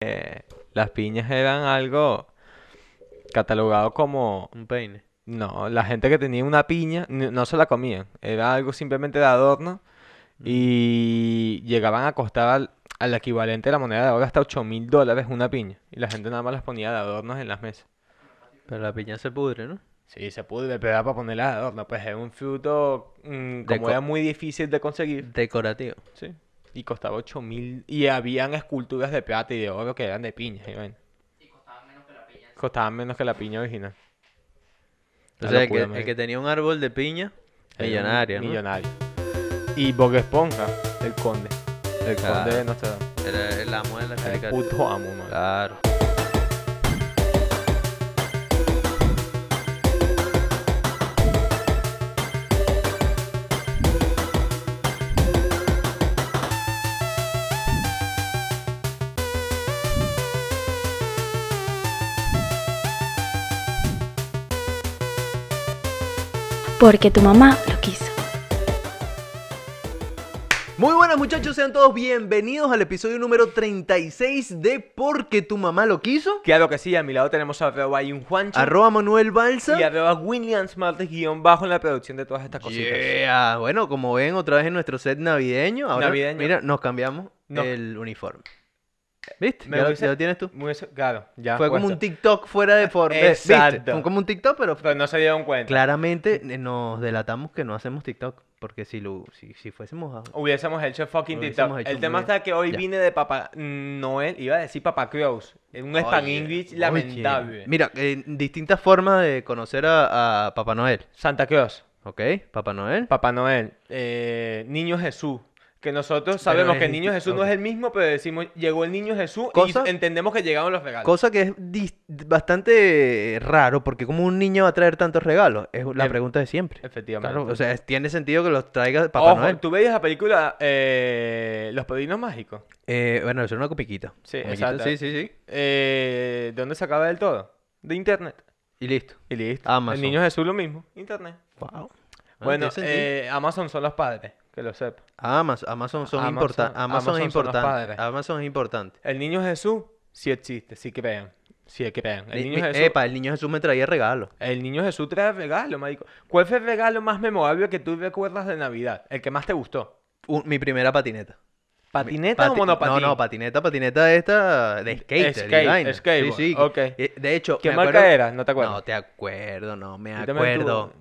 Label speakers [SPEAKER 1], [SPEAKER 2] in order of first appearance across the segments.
[SPEAKER 1] eh, las piñas eran algo catalogado como...
[SPEAKER 2] Un peine.
[SPEAKER 1] No, la gente que tenía una piña n- no se la comían, era algo simplemente de adorno y llegaban a costar al, al equivalente de la moneda de ahora hasta 8 mil dólares una piña y la gente nada más las ponía de adornos en las mesas.
[SPEAKER 2] Pero la piña se pudre, ¿no?
[SPEAKER 1] Sí, se pudo, pero era para ponerla de adorno, pues era un fruto mm, como
[SPEAKER 2] Deco-
[SPEAKER 1] era muy difícil de conseguir,
[SPEAKER 2] Decorativo.
[SPEAKER 1] sí, y costaba 8 mil y habían esculturas de plata y de oro que eran de piñas y bueno. Costaban menos que la piña original. La
[SPEAKER 2] Entonces, el que,
[SPEAKER 1] locura,
[SPEAKER 2] el
[SPEAKER 1] marico.
[SPEAKER 2] que tenía un árbol de piña,
[SPEAKER 1] Era un
[SPEAKER 2] millonario, ¿no?
[SPEAKER 1] Millonario. Y Bob Esponja, el conde. El
[SPEAKER 2] Claro.
[SPEAKER 1] conde de Nostradamus.
[SPEAKER 2] Era el amo de la
[SPEAKER 1] El
[SPEAKER 2] caricatura.
[SPEAKER 1] puto amo, man.
[SPEAKER 2] Claro.
[SPEAKER 3] Porque tu mamá lo quiso.
[SPEAKER 4] Muy buenas muchachos, sean todos bienvenidos al episodio número 36 de Porque tu mamá lo quiso.
[SPEAKER 1] Claro que sí, a mi lado tenemos a Arroba y un Juancho.
[SPEAKER 4] Arroba Manuel Balsa.
[SPEAKER 1] y arroba Williams Martes guión bajo en la producción de todas estas cositas.
[SPEAKER 4] Yeah. Bueno, como ven otra vez en nuestro set navideño. Ahora,
[SPEAKER 1] Navideño.
[SPEAKER 4] Mira, nos cambiamos
[SPEAKER 1] No.
[SPEAKER 4] el uniforme. ¿Viste?
[SPEAKER 1] me
[SPEAKER 4] Ya, lo-
[SPEAKER 1] hubiese-
[SPEAKER 4] ya lo tienes tú.
[SPEAKER 1] Muy eso- claro, ya.
[SPEAKER 4] Fue como
[SPEAKER 1] puesto.
[SPEAKER 4] un TikTok fuera de forma. ¿viste?
[SPEAKER 1] Exacto.
[SPEAKER 4] Fue como un TikTok, pero
[SPEAKER 1] Pero no se dieron cuenta.
[SPEAKER 4] claramente eh, nos delatamos que no hacemos TikTok. Porque si lo, si, si fuésemos a-
[SPEAKER 1] Hubiésemos hecho fucking
[SPEAKER 4] Hubiésemos
[SPEAKER 1] TikTok.
[SPEAKER 4] hecho
[SPEAKER 1] el
[SPEAKER 4] un
[SPEAKER 1] tema
[SPEAKER 4] video.
[SPEAKER 1] está que hoy
[SPEAKER 4] Ya.
[SPEAKER 1] vine de Papá Noel, iba a decir Papá Claus. En un spam
[SPEAKER 4] Oye,
[SPEAKER 1] English
[SPEAKER 4] oye.
[SPEAKER 1] lamentable.
[SPEAKER 4] Mira, eh, distintas formas de conocer a, a Papá Noel.
[SPEAKER 1] Santa Claus.
[SPEAKER 4] ¿Ok? Papá Noel.
[SPEAKER 1] Papá Noel, eh, Niño Jesús. Que nosotros sabemos
[SPEAKER 4] es
[SPEAKER 1] que el Niño
[SPEAKER 4] disti-
[SPEAKER 1] Jesús no
[SPEAKER 4] ok.
[SPEAKER 1] es el mismo, pero decimos, llegó el Niño Jesús
[SPEAKER 4] Cosa-
[SPEAKER 1] y entendemos que llegaron los regalos.
[SPEAKER 4] Cosa que es dis- bastante eh, raro, porque como un niño va a traer tantos regalos, es la
[SPEAKER 1] Em,
[SPEAKER 4] pregunta de siempre.
[SPEAKER 1] Efectivamente.
[SPEAKER 4] Claro, o sea, es- tiene sentido que los traiga Papá
[SPEAKER 1] Ojo,
[SPEAKER 4] Noel.
[SPEAKER 1] tú veías la película eh, Los Padrinos Mágicos.
[SPEAKER 4] Eh, bueno, eso era una comiquita.
[SPEAKER 1] Sí,
[SPEAKER 4] Comiquita,
[SPEAKER 1] exacto.
[SPEAKER 4] Sí, sí, sí.
[SPEAKER 1] Eh, ¿De dónde se acaba del todo? De internet.
[SPEAKER 4] Y listo.
[SPEAKER 1] Y listo.
[SPEAKER 4] Amazon.
[SPEAKER 1] El Niño Jesús lo mismo. Internet.
[SPEAKER 4] Wow.
[SPEAKER 1] bueno, eh, Amazon son los padres, que lo sepa.
[SPEAKER 4] Amazon, Amazon son
[SPEAKER 1] Amazon-
[SPEAKER 4] importantes. Amazon, es
[SPEAKER 1] Amazon son los
[SPEAKER 4] importante.
[SPEAKER 1] padres.
[SPEAKER 4] Amazon es importante.
[SPEAKER 1] El Niño Jesús sí existe, sí crean. Sí crean. El
[SPEAKER 4] Mi-
[SPEAKER 1] Niño
[SPEAKER 4] mi-
[SPEAKER 1] Jesús...
[SPEAKER 4] Epa, el niño Jesús me traía regalos.
[SPEAKER 1] El niño Jesús trae regalo, marico. ¿Cuál fue el regalo más memorable que tú recuerdas de Navidad? El que más te gustó.
[SPEAKER 4] Un- mi primera patineta.
[SPEAKER 1] ¿Patineta o
[SPEAKER 4] Pati-
[SPEAKER 1] monopatín?
[SPEAKER 4] No, no, patineta, patineta esta de skater. de
[SPEAKER 1] Skate,
[SPEAKER 4] vaina.
[SPEAKER 1] skateboard,
[SPEAKER 4] Sí, sí.
[SPEAKER 1] ok.
[SPEAKER 4] Eh, De hecho,
[SPEAKER 1] ¿Qué
[SPEAKER 4] me
[SPEAKER 1] marca
[SPEAKER 4] acuerdo-
[SPEAKER 1] era? No te acuerdas.
[SPEAKER 4] No te acuerdo, no me
[SPEAKER 1] Yo también tuve-
[SPEAKER 4] acuerdo.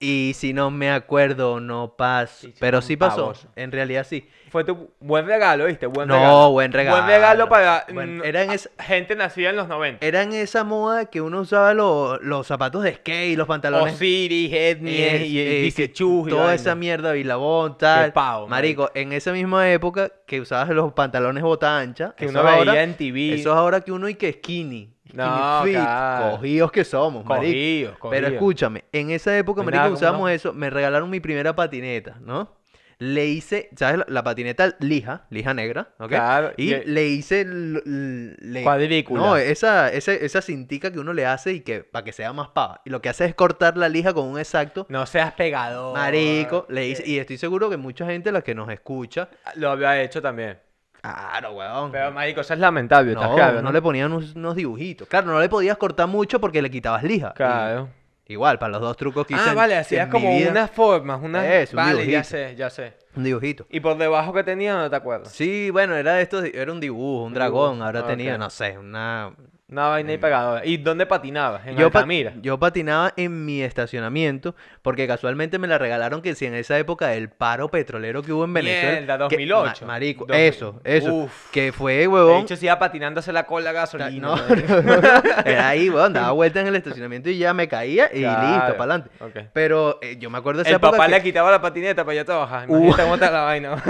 [SPEAKER 4] Y si no me acuerdo, no paso.
[SPEAKER 1] Sí, sí,
[SPEAKER 4] Pero
[SPEAKER 1] un
[SPEAKER 4] sí pasó.
[SPEAKER 1] pavoso.
[SPEAKER 4] En realidad sí.
[SPEAKER 1] Fue tu buen regalo, ¿viste? Buen
[SPEAKER 4] no,
[SPEAKER 1] regalo.
[SPEAKER 4] buen regalo.
[SPEAKER 1] Buen regalo para
[SPEAKER 4] Buen-
[SPEAKER 1] mm,
[SPEAKER 4] era, en es-
[SPEAKER 1] gente nacida en los 90.
[SPEAKER 4] era en esa moda que uno usaba lo- los zapatos de skate, los pantalones.
[SPEAKER 1] Osiris, Etnies,
[SPEAKER 4] eh,
[SPEAKER 1] y,
[SPEAKER 4] eh,
[SPEAKER 1] y
[SPEAKER 4] que-
[SPEAKER 1] Disechus y
[SPEAKER 4] Toda
[SPEAKER 1] vaina.
[SPEAKER 4] esa mierda, Vilabón, tal.
[SPEAKER 1] pavo,
[SPEAKER 4] marico, en esa misma época que usabas los pantalones bota ancha.
[SPEAKER 1] Que
[SPEAKER 4] eso
[SPEAKER 1] uno
[SPEAKER 4] ahora-
[SPEAKER 1] veía en TV.
[SPEAKER 4] Eso es ahora que uno y que skinny. skinny
[SPEAKER 1] No,
[SPEAKER 4] fit,
[SPEAKER 1] claro.
[SPEAKER 4] Cogidos que somos, marico.
[SPEAKER 1] Cogidos,
[SPEAKER 4] Pero
[SPEAKER 1] cogidos.
[SPEAKER 4] escúchame, en esa época,
[SPEAKER 1] No hay
[SPEAKER 4] marico,
[SPEAKER 1] nada como
[SPEAKER 4] usábamos
[SPEAKER 1] no.
[SPEAKER 4] eso. Me regalaron mi primera patineta, ¿no? Le hice, ¿sabes? La, la patineta lija, lija negra, ¿ok?
[SPEAKER 1] Claro,
[SPEAKER 4] y
[SPEAKER 1] y-
[SPEAKER 4] le hice... l- l- le-
[SPEAKER 1] Cuadrícula.
[SPEAKER 4] No, esa, esa, esa cintica que uno le hace y que para que sea más pava. Y lo que hace es cortar la lija con un exacto.
[SPEAKER 1] No seas pegador.
[SPEAKER 4] Marico, le hice... Y estoy seguro que mucha gente, la que nos escucha...
[SPEAKER 1] Lo había hecho también.
[SPEAKER 4] Claro, weón.
[SPEAKER 1] Pero, marico, eso es lamentable.
[SPEAKER 4] No,
[SPEAKER 1] ¿estás claro,
[SPEAKER 4] no le ponían unos, unos dibujitos. Claro, no le podías cortar mucho porque le quitabas lija. Y-
[SPEAKER 1] Claro.
[SPEAKER 4] igual, para los dos trucos que hice.
[SPEAKER 1] Ah,
[SPEAKER 4] en-
[SPEAKER 1] vale,
[SPEAKER 4] en
[SPEAKER 1] hacías
[SPEAKER 4] mi
[SPEAKER 1] como
[SPEAKER 4] vida,
[SPEAKER 1] unas formas, unas...
[SPEAKER 4] Eso, un
[SPEAKER 1] vale, ya
[SPEAKER 4] dibujito.
[SPEAKER 1] sé, ya sé.
[SPEAKER 4] Un dibujito.
[SPEAKER 1] ¿Y por debajo que tenía no te acuerdas?
[SPEAKER 4] Sí, bueno, era de estos, era un dibujo, un
[SPEAKER 1] Un
[SPEAKER 4] dragón.
[SPEAKER 1] dibujo,
[SPEAKER 4] Ahora
[SPEAKER 1] ah,
[SPEAKER 4] tenía,
[SPEAKER 1] ok.
[SPEAKER 4] no sé, una.
[SPEAKER 1] Una vaina y pegadora. ¿Y dónde patinabas? En
[SPEAKER 4] Mm. Yo, pa-
[SPEAKER 1] Altamira.
[SPEAKER 4] yo patinaba en mi estacionamiento porque casualmente me la regalaron que si en esa época del paro petrolero que hubo en Venezuela.
[SPEAKER 1] Mierda,
[SPEAKER 4] que-
[SPEAKER 1] 2008.
[SPEAKER 4] ma- marico,
[SPEAKER 1] Dos-
[SPEAKER 4] eso, eso.
[SPEAKER 1] Uf.
[SPEAKER 4] Que fue,
[SPEAKER 1] De
[SPEAKER 4] huevón.
[SPEAKER 1] hecho, se iba patinándose la cola a
[SPEAKER 4] ta-
[SPEAKER 1] gasolina.
[SPEAKER 4] no,
[SPEAKER 1] marico.
[SPEAKER 4] no, no, no, Era ahí, huevón, daba vueltas en el estacionamiento y ya me caía y listo,
[SPEAKER 1] Claro,
[SPEAKER 4] para adelante.
[SPEAKER 1] ok.
[SPEAKER 4] Pero eh, yo me acuerdo de esa
[SPEAKER 1] El
[SPEAKER 4] época
[SPEAKER 1] papá
[SPEAKER 4] que- Uh.
[SPEAKER 1] le quitaba la patineta para allá trabajar. Imagínate cómo está la vaina.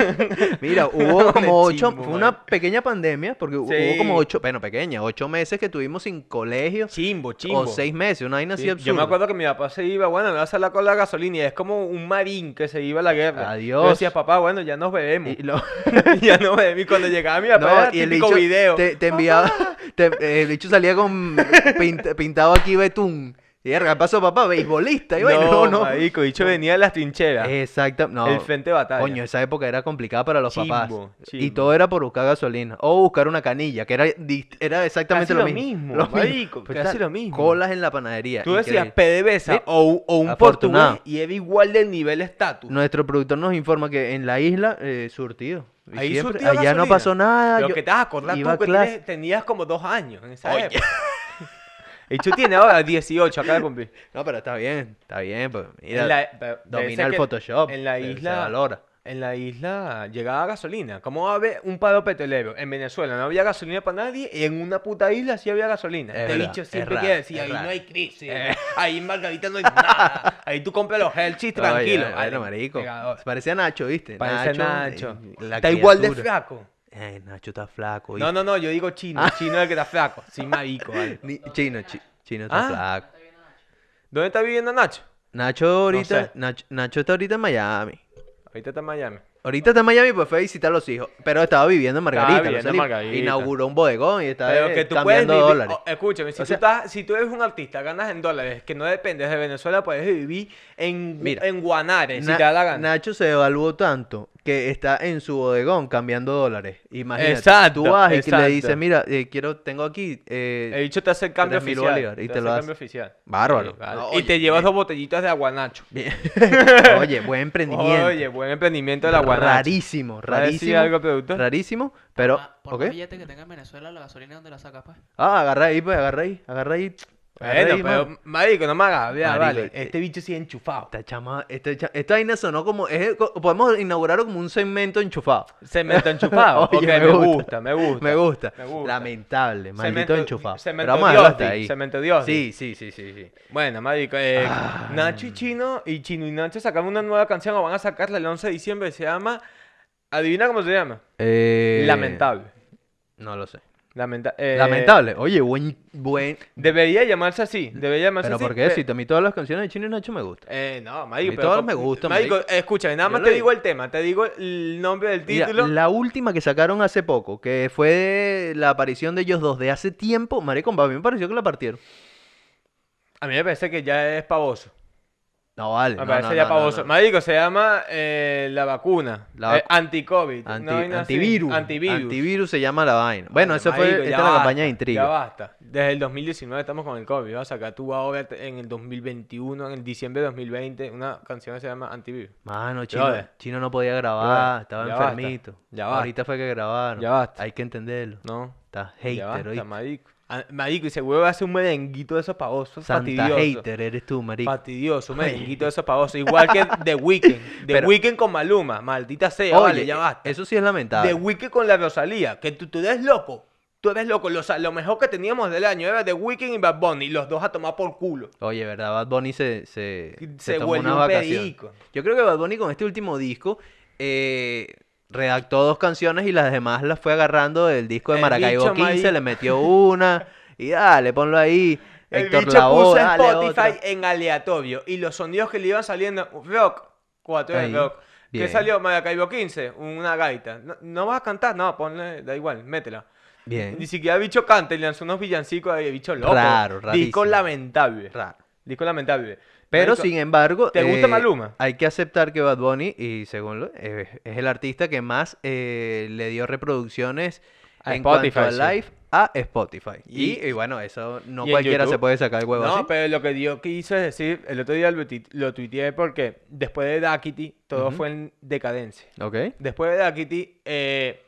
[SPEAKER 4] Mira, hubo
[SPEAKER 1] Hombre,
[SPEAKER 4] como ocho,
[SPEAKER 1] chimbo,
[SPEAKER 4] fue una
[SPEAKER 1] marico.
[SPEAKER 4] pequeña pandemia, porque hu- hubo como
[SPEAKER 1] Sí.
[SPEAKER 4] ocho, bueno, pequeña, ocho meses que tuvimos sin colegio,
[SPEAKER 1] Chimbo, chimbo.
[SPEAKER 4] o seis meses, una vaina
[SPEAKER 1] Sí,
[SPEAKER 4] así
[SPEAKER 1] Yo me
[SPEAKER 4] absurda.
[SPEAKER 1] acuerdo que mi papá se iba, bueno, me va a hacer la cola a gasolina y es como un marín que se iba a la guerra. Yo
[SPEAKER 4] Adiós.
[SPEAKER 1] decía, papá, bueno, ya nos veremos.
[SPEAKER 4] Y lo-
[SPEAKER 1] ya nos veremos. Y cuando llegaba mi papá,
[SPEAKER 4] No,
[SPEAKER 1] era
[SPEAKER 4] y el
[SPEAKER 1] típico
[SPEAKER 4] bicho
[SPEAKER 1] video.
[SPEAKER 4] te, te enviaba, te- eh, el bicho salía con pint- pintado aquí betún, Y verga, pasó papá, beisbolista. Y bueno,
[SPEAKER 1] no,
[SPEAKER 4] no, no.
[SPEAKER 1] marico, bicho venía de las trincheras.
[SPEAKER 4] Exacto, no.
[SPEAKER 1] El frente de batalla.
[SPEAKER 4] Coño, esa época era complicada para los papás.
[SPEAKER 1] Chimbo,
[SPEAKER 4] Y
[SPEAKER 1] chimbo.
[SPEAKER 4] todo era por buscar gasolina. O buscar una canilla, que era, dist- era exactamente
[SPEAKER 1] Casi
[SPEAKER 4] lo
[SPEAKER 1] lo
[SPEAKER 4] mismo.
[SPEAKER 1] mismo,
[SPEAKER 4] Lo
[SPEAKER 1] marico,
[SPEAKER 4] Pues
[SPEAKER 1] casi
[SPEAKER 4] está,
[SPEAKER 1] lo mismo.
[SPEAKER 4] Colas en la panadería.
[SPEAKER 1] Tú decías
[SPEAKER 4] increíble.
[SPEAKER 1] PDVSA
[SPEAKER 4] Sí.
[SPEAKER 1] o, un- o un
[SPEAKER 4] Afortunado.
[SPEAKER 1] portugués y era igual del nivel estatus.
[SPEAKER 4] Nuestro productor nos informa que en la isla, eh, surtido. Y
[SPEAKER 1] Ahí
[SPEAKER 4] siempre-
[SPEAKER 1] surtido
[SPEAKER 4] allá no
[SPEAKER 1] gasolina.
[SPEAKER 4] pasó nada.
[SPEAKER 1] Lo
[SPEAKER 4] yo
[SPEAKER 1] que te vas a acordar
[SPEAKER 4] iba a
[SPEAKER 1] tú que
[SPEAKER 4] clase.
[SPEAKER 1] tienes- tenías como dos años en esa
[SPEAKER 4] Oye.
[SPEAKER 1] época. Y tú tienes ahora 18, acaba de cumplir.
[SPEAKER 4] No, pero está bien, está bien. Pues, mira,
[SPEAKER 1] En la- pero debe
[SPEAKER 4] domina
[SPEAKER 1] ser
[SPEAKER 4] el
[SPEAKER 1] que
[SPEAKER 4] Photoshop.
[SPEAKER 1] En la
[SPEAKER 4] se- se
[SPEAKER 1] isla.
[SPEAKER 4] valora.
[SPEAKER 1] En la isla llegaba gasolina. ¿Cómo va a haber un paro petrolero? En Venezuela no había gasolina para nadie y en una puta isla sí había gasolina.
[SPEAKER 4] Es
[SPEAKER 1] Este
[SPEAKER 4] verdad,
[SPEAKER 1] bicho
[SPEAKER 4] es
[SPEAKER 1] siempre
[SPEAKER 4] raro,
[SPEAKER 1] quiere decir,
[SPEAKER 4] es Eh.
[SPEAKER 1] ahí
[SPEAKER 4] raro".
[SPEAKER 1] no hay crisis, ahí en Margarita no hay nada, ahí tú compras los Hershey
[SPEAKER 4] Oye,
[SPEAKER 1] tranquilo.
[SPEAKER 4] bueno,
[SPEAKER 1] Vale,
[SPEAKER 4] marico.
[SPEAKER 1] pegador.
[SPEAKER 4] Parecía Nacho, ¿viste?
[SPEAKER 1] Parece Nacho.
[SPEAKER 4] Nacho. eh, la
[SPEAKER 1] Está igual de
[SPEAKER 4] criatura.
[SPEAKER 1] flaco.
[SPEAKER 4] Ay, Nacho está flaco.
[SPEAKER 1] No,
[SPEAKER 4] ¿viste?
[SPEAKER 1] no, no, yo digo chino,
[SPEAKER 4] Ah.
[SPEAKER 1] chino es el que está flaco. Sí, marico, vale.
[SPEAKER 4] Ni- Chino, chi- chino está
[SPEAKER 1] Ah.
[SPEAKER 4] flaco.
[SPEAKER 1] ¿Dónde está viviendo Nacho?
[SPEAKER 4] Nacho ahorita,
[SPEAKER 1] sé.
[SPEAKER 4] Nacho, Nacho está ahorita en Miami.
[SPEAKER 1] Ahorita está en Miami.
[SPEAKER 4] Ahorita está en Miami, pues fue a visitar a los hijos. Pero estaba viviendo en Margarita. lo
[SPEAKER 1] viviendo en
[SPEAKER 4] salí.
[SPEAKER 1] Margarita.
[SPEAKER 4] Inauguró un bodegón y está
[SPEAKER 1] Pero
[SPEAKER 4] eh,
[SPEAKER 1] que tú puedes
[SPEAKER 4] cambiando
[SPEAKER 1] vivir-
[SPEAKER 4] dólares.
[SPEAKER 1] o- escúchame, si,
[SPEAKER 4] O sea-
[SPEAKER 1] tú estás- si tú eres un artista, ganas en dólares, que no dependes de Venezuela, puedes vivir en, Gu-
[SPEAKER 4] Mira,
[SPEAKER 1] en Guanare, eh, si
[SPEAKER 4] Na-
[SPEAKER 1] te da la gana.
[SPEAKER 4] Nacho se evaluó tanto que está en su bodegón cambiando dólares. Imagínate.
[SPEAKER 1] Exacto,
[SPEAKER 4] Tú vas y que le
[SPEAKER 1] exacto.
[SPEAKER 4] dices, mira, eh, quiero, tengo aquí. eh,
[SPEAKER 1] He dicho te hace el cambio
[SPEAKER 4] 3.000
[SPEAKER 1] oficial.
[SPEAKER 4] bolívares, y
[SPEAKER 1] te
[SPEAKER 4] te
[SPEAKER 1] hace
[SPEAKER 4] lo
[SPEAKER 1] el
[SPEAKER 4] hace.
[SPEAKER 1] cambio oficial.
[SPEAKER 4] Bárbaro.
[SPEAKER 1] Sí, vale.
[SPEAKER 4] No,
[SPEAKER 1] y
[SPEAKER 4] oye,
[SPEAKER 1] te llevas
[SPEAKER 4] bien.
[SPEAKER 1] dos botellitas de aguanacho.
[SPEAKER 4] Bien. Oye, buen emprendimiento.
[SPEAKER 1] Oye, buen emprendimiento del aguanacho.
[SPEAKER 4] rarísimo,
[SPEAKER 1] ¿Va a decir
[SPEAKER 4] rarísimo.
[SPEAKER 1] algo, productor?
[SPEAKER 4] Rarísimo, pero.
[SPEAKER 5] Ah, Por
[SPEAKER 4] ¿Ok?
[SPEAKER 5] más billete que tenga en Venezuela, la gasolina, ¿dónde la sacas, pues?
[SPEAKER 4] Ah, agarra ahí, pues, agarra ahí, agarra ahí. agarra
[SPEAKER 1] Bueno, pues,
[SPEAKER 4] ahí, mano.
[SPEAKER 1] pero, marico, no me hagas hablar,
[SPEAKER 4] Marico,
[SPEAKER 1] vale.
[SPEAKER 4] eh,
[SPEAKER 1] Este bicho sí es enchufado.
[SPEAKER 4] Esta chama, esta, cha- esta vaina sonó como, es- co- podemos inaugurarlo como un segmento enchufado.
[SPEAKER 1] Cemento enchufado.
[SPEAKER 4] Oye,
[SPEAKER 1] Ok,
[SPEAKER 4] me
[SPEAKER 1] me
[SPEAKER 4] gusta.
[SPEAKER 1] gusta, me gusta.
[SPEAKER 4] Me gusta.
[SPEAKER 1] Me gusta.
[SPEAKER 4] Lamentable, maldito
[SPEAKER 1] Cemento-
[SPEAKER 4] enchufado.
[SPEAKER 1] cemento
[SPEAKER 4] pero vamos a dejarlo hasta
[SPEAKER 1] Diosdi,
[SPEAKER 4] ahí.
[SPEAKER 1] cemento Diosdi.
[SPEAKER 4] Sí, sí, sí, sí, sí.
[SPEAKER 1] Bueno, marico, eh,
[SPEAKER 4] Ah.
[SPEAKER 1] Nacho y Chino y Chino y Nacho sacaron una nueva canción o van a sacarla el 11 de diciembre. Se llama. Adivina cómo se llama.
[SPEAKER 4] Eh,
[SPEAKER 1] Lamentable.
[SPEAKER 4] No lo sé.
[SPEAKER 1] Lamenta- eh,
[SPEAKER 4] Lamentable. Oye, buen, buen.
[SPEAKER 1] Debería llamarse así. Debería llamarse
[SPEAKER 4] Pero
[SPEAKER 1] así.
[SPEAKER 4] ¿por qué?
[SPEAKER 1] pe-
[SPEAKER 4] Si a mí todas las canciones de Chino y Nacho me gustan.
[SPEAKER 1] Eh, no, marico.
[SPEAKER 4] A mí
[SPEAKER 1] pero
[SPEAKER 4] todas
[SPEAKER 1] co-
[SPEAKER 4] me gustan,
[SPEAKER 1] Marico,
[SPEAKER 4] marico.
[SPEAKER 1] escúchame, nada
[SPEAKER 4] Yo
[SPEAKER 1] más
[SPEAKER 4] lo
[SPEAKER 1] te
[SPEAKER 4] digo.
[SPEAKER 1] digo el tema, te digo el nombre del
[SPEAKER 4] Mira,
[SPEAKER 1] título.
[SPEAKER 4] la última que sacaron hace poco, que fue de la aparición de ellos dos de hace tiempo, Maricón, a mí me pareció que la partieron.
[SPEAKER 1] A mí me parece que ya es pavoso.
[SPEAKER 4] No
[SPEAKER 1] Me
[SPEAKER 4] vale. no,
[SPEAKER 1] Ah, parece
[SPEAKER 4] no,
[SPEAKER 1] ya
[SPEAKER 4] no, no,
[SPEAKER 1] pavoso.
[SPEAKER 4] no.
[SPEAKER 1] Marico, se llama eh, la vacuna.
[SPEAKER 4] La
[SPEAKER 1] eh,
[SPEAKER 4] vacu-
[SPEAKER 1] anti-COVID. una
[SPEAKER 4] Anti-
[SPEAKER 1] vaina así,
[SPEAKER 4] antivirus.
[SPEAKER 1] Antivirus.
[SPEAKER 4] se llama la vaina. Bueno,
[SPEAKER 1] Oye,
[SPEAKER 4] eso fue
[SPEAKER 1] marico,
[SPEAKER 4] esta
[SPEAKER 1] ya
[SPEAKER 4] es la campaña
[SPEAKER 1] basta,
[SPEAKER 4] de
[SPEAKER 1] Ya
[SPEAKER 4] intriga.
[SPEAKER 1] basta. Desde el 2019 estamos con el COVID. O sea, que tú ahora te- en el 2021, en el diciembre de 2020, una canción que se llama Antivirus.
[SPEAKER 4] Mano, chino,
[SPEAKER 1] Brother.
[SPEAKER 4] chino no podía grabar,
[SPEAKER 1] Brother,
[SPEAKER 4] estaba
[SPEAKER 1] ya
[SPEAKER 4] enfermito.
[SPEAKER 1] basta, ya basta.
[SPEAKER 4] Ahorita fue que grabaron.
[SPEAKER 1] Ya basta.
[SPEAKER 4] Hay que entenderlo.
[SPEAKER 1] No.
[SPEAKER 4] Está
[SPEAKER 1] ya
[SPEAKER 4] hater,
[SPEAKER 1] basta,
[SPEAKER 4] ¿oíste?
[SPEAKER 1] marico. Ah, Marico, y seguro va a hacer un merenguito de esos pavosos.
[SPEAKER 4] Santa
[SPEAKER 1] fastidioso.
[SPEAKER 4] hater eres tú, marico.
[SPEAKER 1] Fastidioso, un merenguito de esos pavosos. Igual que The Weeknd. The
[SPEAKER 4] Pero-
[SPEAKER 1] Weeknd con Maluma. Maldita sea, vale, ya
[SPEAKER 4] eh,
[SPEAKER 1] basta.
[SPEAKER 4] eso sí es
[SPEAKER 1] The
[SPEAKER 4] lamentable.
[SPEAKER 1] Weeknd con la Rosalía. Que tú, tú eres loco. Tú eres loco. Lo, sa- lo mejor que teníamos del año era The Weeknd y Bad Bunny. Los dos a tomar por culo.
[SPEAKER 4] Oye, ¿verdad? Bad Bunny se, se,
[SPEAKER 1] Se
[SPEAKER 4] tomó
[SPEAKER 1] vuelve
[SPEAKER 4] una
[SPEAKER 1] un
[SPEAKER 4] vacación.
[SPEAKER 1] perico.
[SPEAKER 4] Yo creo que Bad Bunny con este último disco eh, redactó dos canciones y las demás las fue agarrando del disco de
[SPEAKER 1] El
[SPEAKER 4] Maracaibo
[SPEAKER 1] bicho,
[SPEAKER 4] 15,
[SPEAKER 1] marico.
[SPEAKER 4] le metió una y dale, ponlo ahí.
[SPEAKER 1] El
[SPEAKER 4] Héctor
[SPEAKER 1] bicho
[SPEAKER 4] Lavoe,
[SPEAKER 1] puso
[SPEAKER 4] dale
[SPEAKER 1] Spotify
[SPEAKER 4] otra.
[SPEAKER 1] en aleatorio y los sonidos que le iban saliendo, rock, cuatro de
[SPEAKER 4] Ahí,
[SPEAKER 1] rock. ¿Qué
[SPEAKER 4] bien.
[SPEAKER 1] salió? Maracaibo 15, una gaita. No, no vas a cantar? No, ponle, da igual, métela. Ni
[SPEAKER 4] Bien.
[SPEAKER 1] siquiera bicho canta y lanzó unos villancicos ahí, bicho loco.
[SPEAKER 4] Raro, rarísimo.
[SPEAKER 1] Disco lamentable.
[SPEAKER 4] Raro.
[SPEAKER 1] Disco lamentable.
[SPEAKER 4] Pero
[SPEAKER 1] Marico,
[SPEAKER 4] sin embargo, eh,
[SPEAKER 1] ¿te gusta Maluma?
[SPEAKER 4] Hay que aceptar que Bad Bunny, y según lo- eh, es el artista que más eh, le dio reproducciones
[SPEAKER 1] A
[SPEAKER 4] en cuanto
[SPEAKER 1] Spotify,
[SPEAKER 4] a
[SPEAKER 1] sí.
[SPEAKER 4] live a Spotify. Y,
[SPEAKER 1] Y-
[SPEAKER 4] y bueno, eso no
[SPEAKER 1] y en
[SPEAKER 4] cualquiera se
[SPEAKER 1] YouTube.
[SPEAKER 4] puede sacar el huevo
[SPEAKER 1] No,
[SPEAKER 4] así.
[SPEAKER 1] pero lo que yo quise decir, el otro día lo, tuit- lo tuiteé porque después de Daquiti todo
[SPEAKER 4] Ujú.
[SPEAKER 1] fue en decadencia.
[SPEAKER 4] Ok.
[SPEAKER 1] Después de Daquiti, eh,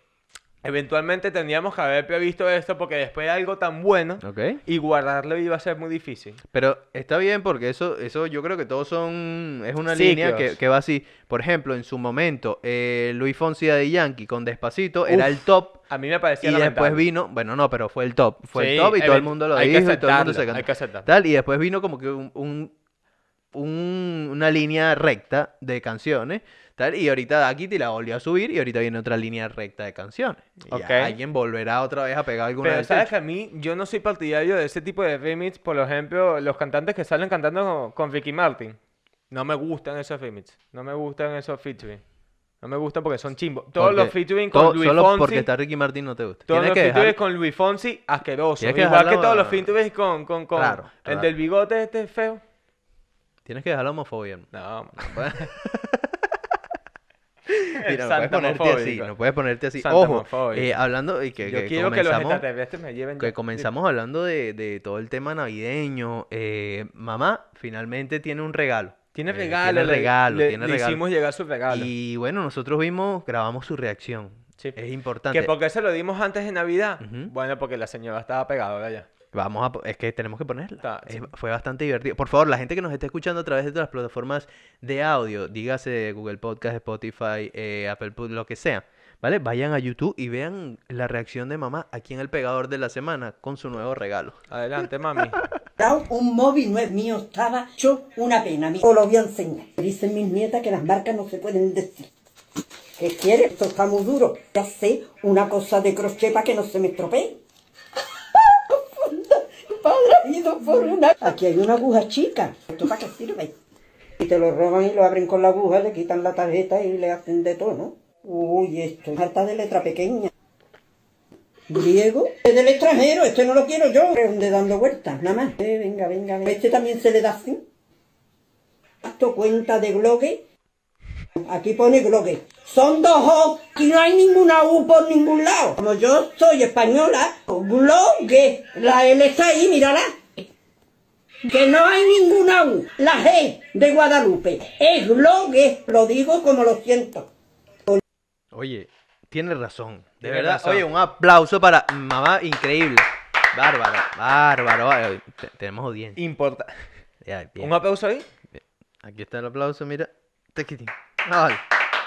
[SPEAKER 1] eventualmente tendríamos que haber previsto esto porque después de algo tan bueno
[SPEAKER 4] Ok.
[SPEAKER 1] y guardarlo iba a ser muy difícil.
[SPEAKER 4] Pero está bien porque eso, eso yo creo que todos son, es una línea que,
[SPEAKER 1] Ciclos.
[SPEAKER 4] que va así. Por ejemplo, en su momento, eh, Luis Fonsi de Yankee con Despacito era el top.
[SPEAKER 1] A mí me parecía
[SPEAKER 4] Y después
[SPEAKER 1] lamentable.
[SPEAKER 4] vino, bueno, no, pero fue el top. Fue el
[SPEAKER 1] Sí,
[SPEAKER 4] top y todo el
[SPEAKER 1] event-
[SPEAKER 4] mundo lo
[SPEAKER 1] hay que
[SPEAKER 4] dijo y todo el mundo
[SPEAKER 1] aceptarlo,
[SPEAKER 4] se E cantó.
[SPEAKER 1] hay que aceptarlo.
[SPEAKER 4] Tal, y después vino como que un, un- un- una línea recta de canciones. Tal, y ahorita Daquiti la volvió a subir y ahorita viene otra línea recta de canciones. Y
[SPEAKER 1] Ok.
[SPEAKER 4] ya alguien volverá otra vez a pegar alguna
[SPEAKER 1] Pero
[SPEAKER 4] del
[SPEAKER 1] sabes
[SPEAKER 4] techo.
[SPEAKER 1] que a mí, yo no soy partidario de ese tipo de remix. Por ejemplo, los cantantes que salen cantando con, con Ricky Martin. No me gustan esos remix. No me gustan esos featuring. No me gusta porque son chimbos. Todos los
[SPEAKER 4] Porque-
[SPEAKER 1] featuring con
[SPEAKER 4] todo-
[SPEAKER 1] Luis
[SPEAKER 4] Solo
[SPEAKER 1] Fonsi.
[SPEAKER 4] porque está Ricky Martin no te gusta.
[SPEAKER 1] Todos
[SPEAKER 4] Tienes
[SPEAKER 1] los
[SPEAKER 4] que
[SPEAKER 1] featuring
[SPEAKER 4] dejar...
[SPEAKER 1] con Luis Fonsi, asqueroso.
[SPEAKER 4] Tienes que
[SPEAKER 1] Igual que
[SPEAKER 4] dejarlo-
[SPEAKER 1] todos los featuring con, con, con
[SPEAKER 4] Claro,
[SPEAKER 1] el
[SPEAKER 4] claro.
[SPEAKER 1] del bigote este feo.
[SPEAKER 4] Tienes que dejar la homofobia. hermano.
[SPEAKER 1] No, no
[SPEAKER 4] Mira, no puedes ponerte así.
[SPEAKER 1] santamofóbico.
[SPEAKER 4] No puedes ponerte así. Ojo,
[SPEAKER 1] Santamofóbico.
[SPEAKER 4] eh, hablando y que,
[SPEAKER 1] Yo
[SPEAKER 4] que
[SPEAKER 1] quiero que los
[SPEAKER 4] comenzamos-
[SPEAKER 1] extraterrestres me lleven.
[SPEAKER 4] Que
[SPEAKER 1] ya.
[SPEAKER 4] comenzamos hablando de, de todo el tema navideño. eh, mamá finalmente tiene un regalo.
[SPEAKER 1] Tiene
[SPEAKER 4] Eh,
[SPEAKER 1] regalo.
[SPEAKER 4] Tiene
[SPEAKER 1] le-
[SPEAKER 4] regalo,
[SPEAKER 1] le-
[SPEAKER 4] tiene
[SPEAKER 1] le
[SPEAKER 4] regalo.
[SPEAKER 1] hicimos llegar su regalo.
[SPEAKER 4] Y bueno, nosotros vimos, grabamos su reacción.
[SPEAKER 1] Sí.
[SPEAKER 4] Es
[SPEAKER 1] Que
[SPEAKER 4] importante.
[SPEAKER 1] por qué se lo dimos antes de Navidad.
[SPEAKER 4] Ujú.
[SPEAKER 1] Bueno, porque la señora estaba pegadora ya.
[SPEAKER 4] Vamos a, po- es que tenemos que ponerla.
[SPEAKER 1] Está, sí.
[SPEAKER 4] Es- fue bastante divertido. Por favor, la gente que nos esté escuchando a través de todas las plataformas de audio, dígase Google Podcast, Spotify, eh, Apple Pod, lo que sea, ¿vale? Vayan a YouTube y vean la reacción de mamá aquí en el pegador de la semana con su nuevo regalo.
[SPEAKER 1] Adelante, mami.
[SPEAKER 6] comprado un móvil, no es mío, estaba hecho una pena. mi- Os lo voy a enseñar. Dicen mis nietas que las marcas no se pueden decir. ¿Qué quiere? Esto está muy duro. Ya sé una cosa de crochet para que no se me estropee. Padre, ido por una. Aquí hay una aguja chica. ¿Esto para qué sirve? Y te lo roban y lo abren con la aguja, le quitan la tarjeta y le hacen de todo, ¿no? Uy, esto es harta de letra pequeña. Griego. Es del extranjero, este no lo quiero yo. De dando vueltas, nada más. Eh, venga, venga, venga. Este también se le da así. Acto cuenta de glogue. Aquí pone glogue. Son dos O. Aquí no hay ninguna U por ningún lado. Como yo soy española, glogue. La L está ahí, mírala. Que no hay ninguna U. La G de Guadalupe. Es glogue. Lo digo como lo siento.
[SPEAKER 4] Oye, tiene razón. De
[SPEAKER 1] Tiene
[SPEAKER 4] verdad.
[SPEAKER 1] razón.
[SPEAKER 4] Oye, un aplauso para mamá, increíble. Bárbaro, bárbaro. Ay, te- tenemos audiencia.
[SPEAKER 1] Importa.
[SPEAKER 4] Ay, bien.
[SPEAKER 1] ¿Un aplauso ahí?
[SPEAKER 4] Aquí está el aplauso, mira. Ah, Taquitín. Ay,